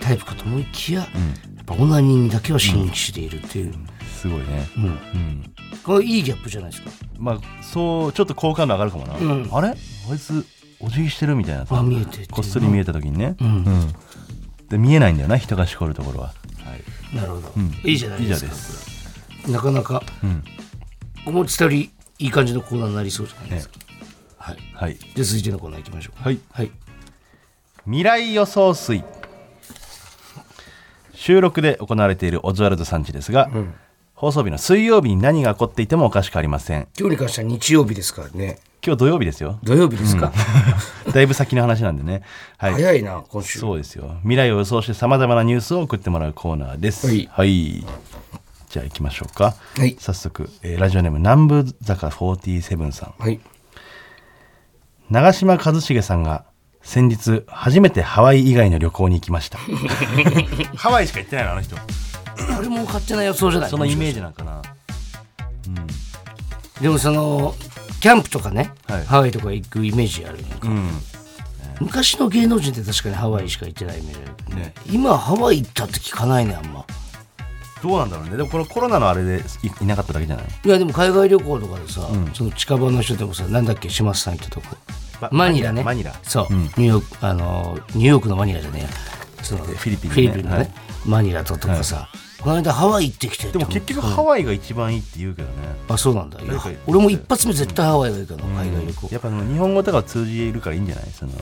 [SPEAKER 1] タイプかと思いきや、やっぱオナニーにだけは真摯でいるっていう、
[SPEAKER 2] すごいね、
[SPEAKER 1] うん
[SPEAKER 2] うん、
[SPEAKER 1] これいいギャップじゃないですか
[SPEAKER 2] まあそうちょっと好感度上がるかもな、
[SPEAKER 1] ん
[SPEAKER 2] あれあいつお辞儀してるみたいなさ
[SPEAKER 1] あ見えてっていう
[SPEAKER 2] こっそり見えた時にね、
[SPEAKER 1] ん
[SPEAKER 2] うんで見えないんだよな人がしこるところは、はい、
[SPEAKER 1] なるほど、いいじゃないで
[SPEAKER 2] 以上
[SPEAKER 1] すか
[SPEAKER 2] です
[SPEAKER 1] なかなか、お持ちたりいい感じのコーナーになりそうじゃないですか、はい、
[SPEAKER 2] はい
[SPEAKER 1] じゃあ続いてのコーナー行きましょうか
[SPEAKER 2] はい
[SPEAKER 1] はい
[SPEAKER 2] 未来予想水収録で行われているオズワルドさんちですが、放送日の水曜日に何が起こっていてもおかしくありません
[SPEAKER 1] 今日に関しては日曜日ですからね
[SPEAKER 2] 今日土曜日ですよ
[SPEAKER 1] 土曜日ですか、
[SPEAKER 2] だいぶ先の話なんで ね、はい、
[SPEAKER 1] 早いな今週
[SPEAKER 2] そうですよ未来を予想してさまざまなニュースを送ってもらうコーナーです
[SPEAKER 1] はい
[SPEAKER 2] じゃあ行きましょうか、
[SPEAKER 1] はい
[SPEAKER 2] 早速、えーラジオネーム南部坂47さん
[SPEAKER 1] はい
[SPEAKER 2] 長嶋一茂さんが先日初めてハワイ以外の旅行に行きました ハワイしか行ってないのあの人
[SPEAKER 1] 誰も勝手な予想じゃない
[SPEAKER 2] そのイメージなんかな
[SPEAKER 1] でもそのキャンプとかね、
[SPEAKER 2] はい
[SPEAKER 1] ハワイとか行くイメージあるなんか
[SPEAKER 2] うん
[SPEAKER 1] 昔の芸能人って確かにハワイしか行ってないイメージあるけど
[SPEAKER 2] ね
[SPEAKER 1] 今ハワイ行ったって聞かないねあんま
[SPEAKER 2] どうなんだろうねでもこのコロナのあれでいいなかっただけじゃない
[SPEAKER 1] いやでも海外旅行とかでさ、その近場の人でもさなんだっけ島津さん行ったとこ
[SPEAKER 2] ば
[SPEAKER 1] マニラね
[SPEAKER 2] マニラ
[SPEAKER 1] そう、ニューヨークあのニューヨークのマニラじゃねえやそのフ
[SPEAKER 2] ィリピンね
[SPEAKER 1] フィリピンのね、
[SPEAKER 2] はい
[SPEAKER 1] マニラととかさ、この間ハワイ行ってきてって
[SPEAKER 2] でも結局ハワイが一番いいって言うけどね
[SPEAKER 1] あそうなんだいや
[SPEAKER 2] なんか
[SPEAKER 1] 俺も一発目絶対ハワイがいいかな、海外旅行
[SPEAKER 2] やっぱその日本語とかを通じるからいいんじゃないその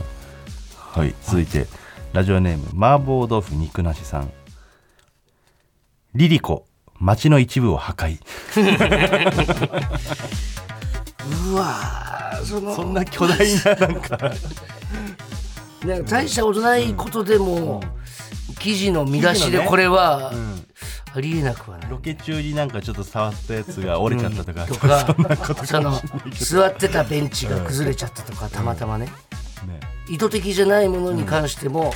[SPEAKER 2] はい続いてラジオネーム麻婆豆腐肉なしさんリリコ街の一部を破壊
[SPEAKER 1] うわーその
[SPEAKER 2] そんな巨大ななんか
[SPEAKER 1] なんか大したことないことでも、記事の見出しでこれは、ありえなくはない
[SPEAKER 2] ロケ中になんかちょっと触ったやつが折れちゃったとか、
[SPEAKER 1] と
[SPEAKER 2] そん
[SPEAKER 1] か
[SPEAKER 2] なことか
[SPEAKER 1] その座ってたベンチが崩れちゃったとかたまたまね
[SPEAKER 2] ね
[SPEAKER 1] 意図的じゃないものに関しても、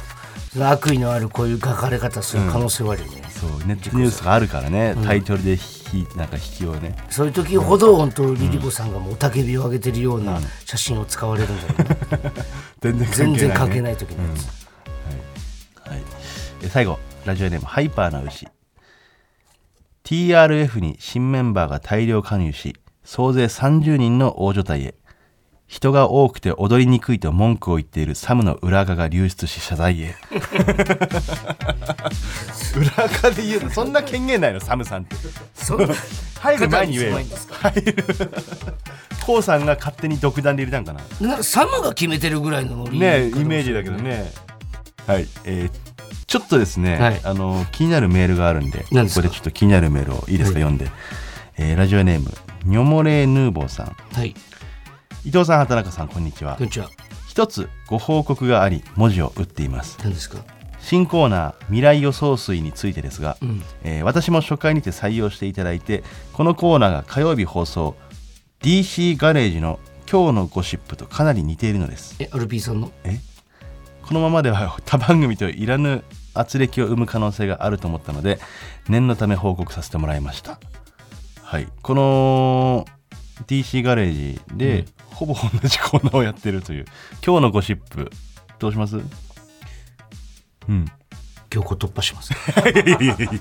[SPEAKER 1] その悪意のあるこういう書かれ方する可能性はあるよね、
[SPEAKER 2] そうネットニュースがあるからね、タイトルでひなんか引きをね
[SPEAKER 1] そういう時ほど本当リリコさんがもう雄たけびを上げてるような写真を使われるんだろうね、全
[SPEAKER 2] 全 然関係ない、ね、
[SPEAKER 1] 然関係ない時のやつ、
[SPEAKER 2] はい、え最後ラジオネームハイパーな牛 TRF に新メンバーが大量加入し総勢30人の大所帯へ人が多くて踊りにくいと文句を言っているサムの裏垢が流出し謝罪へ 裏垢で言うのそんな権限ないのサムさんって
[SPEAKER 1] そんな
[SPEAKER 2] 入る前に言えよ
[SPEAKER 1] 肩身狭いんですか
[SPEAKER 2] 入るコウさんが勝手に独断で入れたんかな
[SPEAKER 1] なんかサムが決めてるぐらいのノリ
[SPEAKER 2] ねイメージだけどねはいえーちょっとですね、
[SPEAKER 1] はい
[SPEAKER 2] あの気になるメールがあるんで
[SPEAKER 1] 何です
[SPEAKER 2] ここ
[SPEAKER 1] か
[SPEAKER 2] でちょっと気になるメールをいいですか、読んで、えーラジオネームニョモレーヌーボーさん
[SPEAKER 1] はい
[SPEAKER 2] 伊藤さん畑中さんこんにちは
[SPEAKER 1] こんにちは
[SPEAKER 2] 一つご報告があり文字を打っています
[SPEAKER 1] 何ですか
[SPEAKER 2] 新コーナー未来予想水についてですが、
[SPEAKER 1] ん
[SPEAKER 2] えー私も初回にて採用していただいてこのコーナーが火曜日放送 DC ガレージの今日のゴシップとかなり似ているのです
[SPEAKER 1] えアルピーさんの
[SPEAKER 2] えこのままでは他番組といらぬ圧力を生む可能性があると思ったので念のため報告させてもらいましたはいこの DC ガレージで、ほぼ同じコーナーをやってるという今日のゴシップどうしますうん
[SPEAKER 1] 強行突破します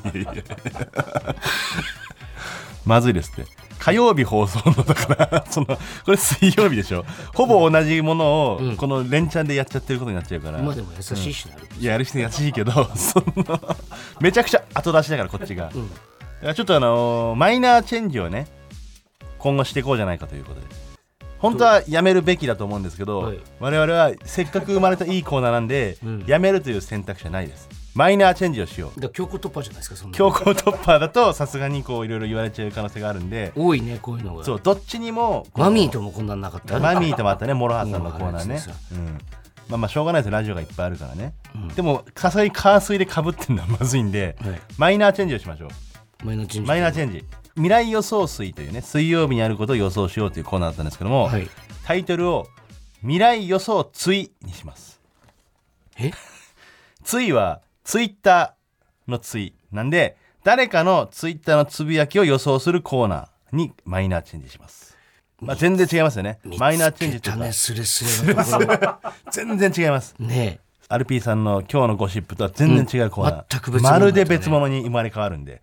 [SPEAKER 2] まずいですって火曜日放送のだからそのこれ水曜日でしょほぼ同じものを、この連チャンでやっちゃってることになっち ゃうから、
[SPEAKER 1] 今でも優しいしなる、
[SPEAKER 2] いや、やる人優しいけど、その、めちゃくちゃ後出しだから、こっちが。だからちょっとあのーマイナーチェンジをね、今後していこうじゃないかということで。本当はやめるべきだと思うんですけど、
[SPEAKER 1] はい
[SPEAKER 2] 我々はせっかく生まれたいいコーナーなんで、
[SPEAKER 1] うん
[SPEAKER 2] やめるという選択肢はないです。マイナーチェンジをしよう
[SPEAKER 1] だから強行突破じゃないですかそんなの
[SPEAKER 2] 強行突破だとさすがにこういろいろ言われちゃう可能性があるんで
[SPEAKER 1] 多いねこういうのが
[SPEAKER 2] そうどっちにもこう
[SPEAKER 1] マミーともこんなんなかった
[SPEAKER 2] マミーともあったね諸ハさんのコーナー
[SPEAKER 1] うん
[SPEAKER 2] ね
[SPEAKER 1] そうそ、
[SPEAKER 2] うん、まあまあしょうがないですラジオがいっぱいあるからね、でも火災冠水でかぶってるのは まずいんで、
[SPEAKER 1] はい
[SPEAKER 2] マイナーチェンジをしましょう
[SPEAKER 1] マイナーチェンジ
[SPEAKER 2] マイナーチェンジ未来予想水というね水曜日にあることを予想しようというコーナーだったんですけども、
[SPEAKER 1] はい
[SPEAKER 2] タイトルを未来予想追にします
[SPEAKER 1] え
[SPEAKER 2] 追はツイッターの追なんで誰かのツイッターのつぶやきを予想するコーナーにマイナーチェンジしますまあ全然違いますよね マイナーチェンジ
[SPEAKER 1] 見
[SPEAKER 2] と
[SPEAKER 1] つけた
[SPEAKER 2] いう
[SPEAKER 1] ねスレスレのとこ ろ
[SPEAKER 2] か全然違います
[SPEAKER 1] ね
[SPEAKER 2] アルピーさんの今日のゴシップとは全然違うコーナー、
[SPEAKER 1] うん全く別物
[SPEAKER 2] ま
[SPEAKER 1] だったね
[SPEAKER 2] るで別物に生まれ変わるんで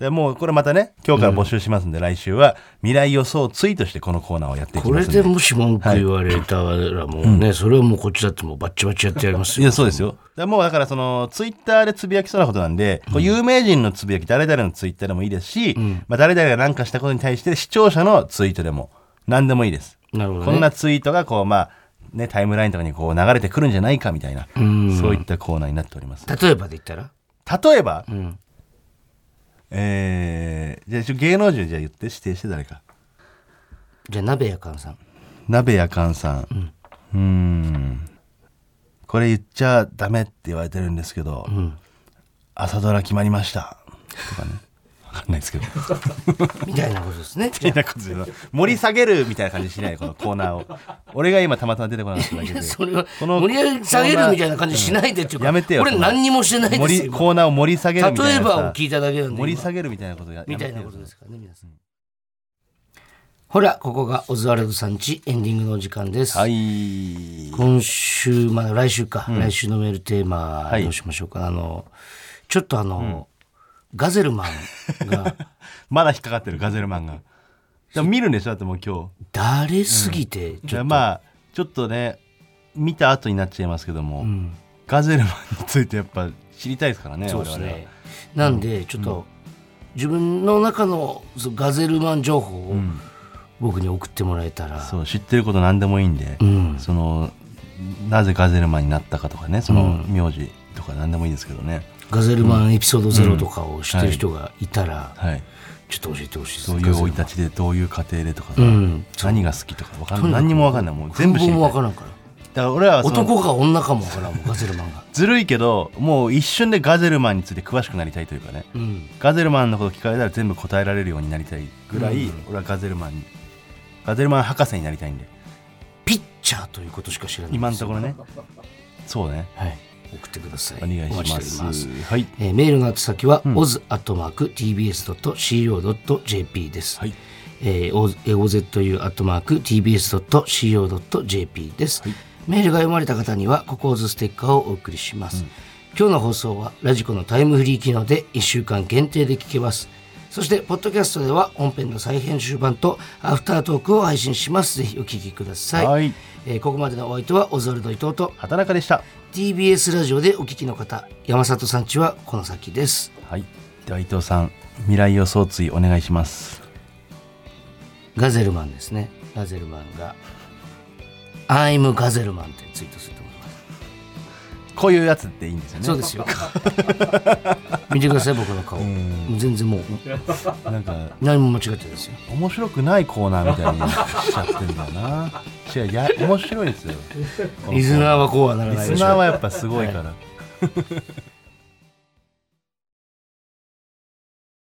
[SPEAKER 2] でもうこれまたね今日から募集しますんで、来週は未来予想ツイートしてこのコーナーをやっていき
[SPEAKER 1] こ
[SPEAKER 2] ま
[SPEAKER 1] れ
[SPEAKER 2] すんで
[SPEAKER 1] でもし文句言われたらもうねそれはもうこっちだってもうバッチバチやってやります
[SPEAKER 2] い
[SPEAKER 1] よ
[SPEAKER 2] やそうですよでもうだからそのツイッターでつぶやきそうなことなんで、こう有名人のつぶやき誰々のツイッターでもいいですし、まあ、誰々が何かしたことに対して視聴者のツイートでも何でもいいです
[SPEAKER 1] なるほど
[SPEAKER 2] こん
[SPEAKER 1] ね
[SPEAKER 2] なツイートがこうまあねタイムラインとかにこう流れてくるんじゃないかみたいな、そういったコーナーになっております
[SPEAKER 1] 例えばで言ったら
[SPEAKER 2] 例えば、
[SPEAKER 1] ん
[SPEAKER 2] えー、じゃあちょ芸能人じゃあ言って指定して誰か
[SPEAKER 1] じゃあ鍋やかんさん
[SPEAKER 2] 鍋やかんさんうーんこれ言っちゃダメって言われてるんですけど、朝ドラ決まりましたとかね分かんないですけど
[SPEAKER 1] みたいなことですね
[SPEAKER 2] みんなことじゃ ない盛り下げるみたいな感じしないこのコーナーを俺が今たまたま出てこなかっただけで
[SPEAKER 1] それは
[SPEAKER 2] この
[SPEAKER 1] 盛り上げ下げるみたいな感じしないでっていうか、
[SPEAKER 2] うんやめてよ
[SPEAKER 1] 俺何にもしてないです
[SPEAKER 2] 盛り
[SPEAKER 1] よ
[SPEAKER 2] コーナーを盛り下げるみた
[SPEAKER 1] 例
[SPEAKER 2] い
[SPEAKER 1] え
[SPEAKER 2] な
[SPEAKER 1] ばを
[SPEAKER 2] さ
[SPEAKER 1] 聞いただけなんで
[SPEAKER 2] 盛り
[SPEAKER 1] 今
[SPEAKER 2] 下げるみたいなことややめ
[SPEAKER 1] み
[SPEAKER 2] て
[SPEAKER 1] た
[SPEAKER 2] よ
[SPEAKER 1] いなことですからね皆さんほらここがオズワルドさんちエンディングのお時間です、
[SPEAKER 2] はい
[SPEAKER 1] 今週まあ来週か、来週のメールテーマ
[SPEAKER 2] い
[SPEAKER 1] どうしましょうか、あのちょっとあの、ガゼルマン が
[SPEAKER 2] まだ引っかかってるガゼルマンが。でも見るんでしょだってもう今
[SPEAKER 1] だれすぎてち
[SPEAKER 2] 日。じ
[SPEAKER 1] ょっと、
[SPEAKER 2] ゃあまあちょっとね見た後になっちゃいますけども、ガゼルマンについてやっぱ知りたいですからね
[SPEAKER 1] そうです
[SPEAKER 2] 我々は
[SPEAKER 1] ねなんでちょっと、自分の中のそのガゼルマン情報を僕に送ってもらえたら、
[SPEAKER 2] そう知ってること何でもいいんで、
[SPEAKER 1] ん
[SPEAKER 2] そのなぜガゼルマンになったかとかねその名字とか何でもいいですけどね、
[SPEAKER 1] ガゼルマンエピソードゼロとかを知ってる人がいたら、
[SPEAKER 2] はい、
[SPEAKER 1] ちょっと教えてほしいです。
[SPEAKER 2] そういう生い立ちでどういう過程でとかさ、
[SPEAKER 1] ん
[SPEAKER 2] 何が好きとかわかん
[SPEAKER 1] と
[SPEAKER 2] な
[SPEAKER 1] にかく
[SPEAKER 2] い何にも分かんないもう全
[SPEAKER 1] 全
[SPEAKER 2] 部
[SPEAKER 1] 部
[SPEAKER 2] 知りたい
[SPEAKER 1] もわ
[SPEAKER 2] だか
[SPEAKER 1] からんから。
[SPEAKER 2] ら俺らはその
[SPEAKER 1] 男か女かもわからんもん、ガゼルマ ンが。
[SPEAKER 2] ずるいけどもう一瞬でガゼルマンについて詳しくなりたいというかね、
[SPEAKER 1] うん。
[SPEAKER 2] ガゼルマンのこと聞かれたら全部答えられるようになりたいぐらい、俺はガゼルマンにガゼルマン博士になりたいんで
[SPEAKER 1] ピッチャーということしか知らない。
[SPEAKER 2] 今のところねそうね
[SPEAKER 1] はい。送ってください。
[SPEAKER 2] お願いし
[SPEAKER 1] お
[SPEAKER 2] ま
[SPEAKER 1] 待ち
[SPEAKER 2] す
[SPEAKER 1] しております。
[SPEAKER 2] はい、
[SPEAKER 1] えーメールの宛先は、oz.tbs.co.jp です。
[SPEAKER 2] はい、
[SPEAKER 1] えー、o- えー oz.tbs.co.jp です、メールが読まれた方にはココーズステッカーをお送りします、今日の放送はラジコのタイムフリー機能で1週間限定で聞けますそしてポッドキャストでは本編の再編集版とアフタートークを配信しますぜひお聞きください、
[SPEAKER 2] はい
[SPEAKER 1] えーここまでのお相手はオズワルド伊藤と
[SPEAKER 2] 畑中でした、
[SPEAKER 1] TBS ラジオでお聞きの方山里さんちはこの先です
[SPEAKER 2] はい、では伊藤さん未来予想追お願いします
[SPEAKER 1] ガゼルマンですねガゼルマンが「アイムガゼルマン」ってツイートすると思います
[SPEAKER 2] こういうやつっていいんですよね
[SPEAKER 1] そうですよ。見てください、僕の顔。全然もう、
[SPEAKER 2] なんか
[SPEAKER 1] 何も間違ってないですよ。
[SPEAKER 2] 面白くないコーナーみたいに しちゃってんだよな違うや面白いですよ
[SPEAKER 1] リスナーはこうはなら
[SPEAKER 2] リ
[SPEAKER 1] ない
[SPEAKER 2] ス
[SPEAKER 1] でし
[SPEAKER 2] ナー
[SPEAKER 1] ょ。
[SPEAKER 2] はやっぱすごいから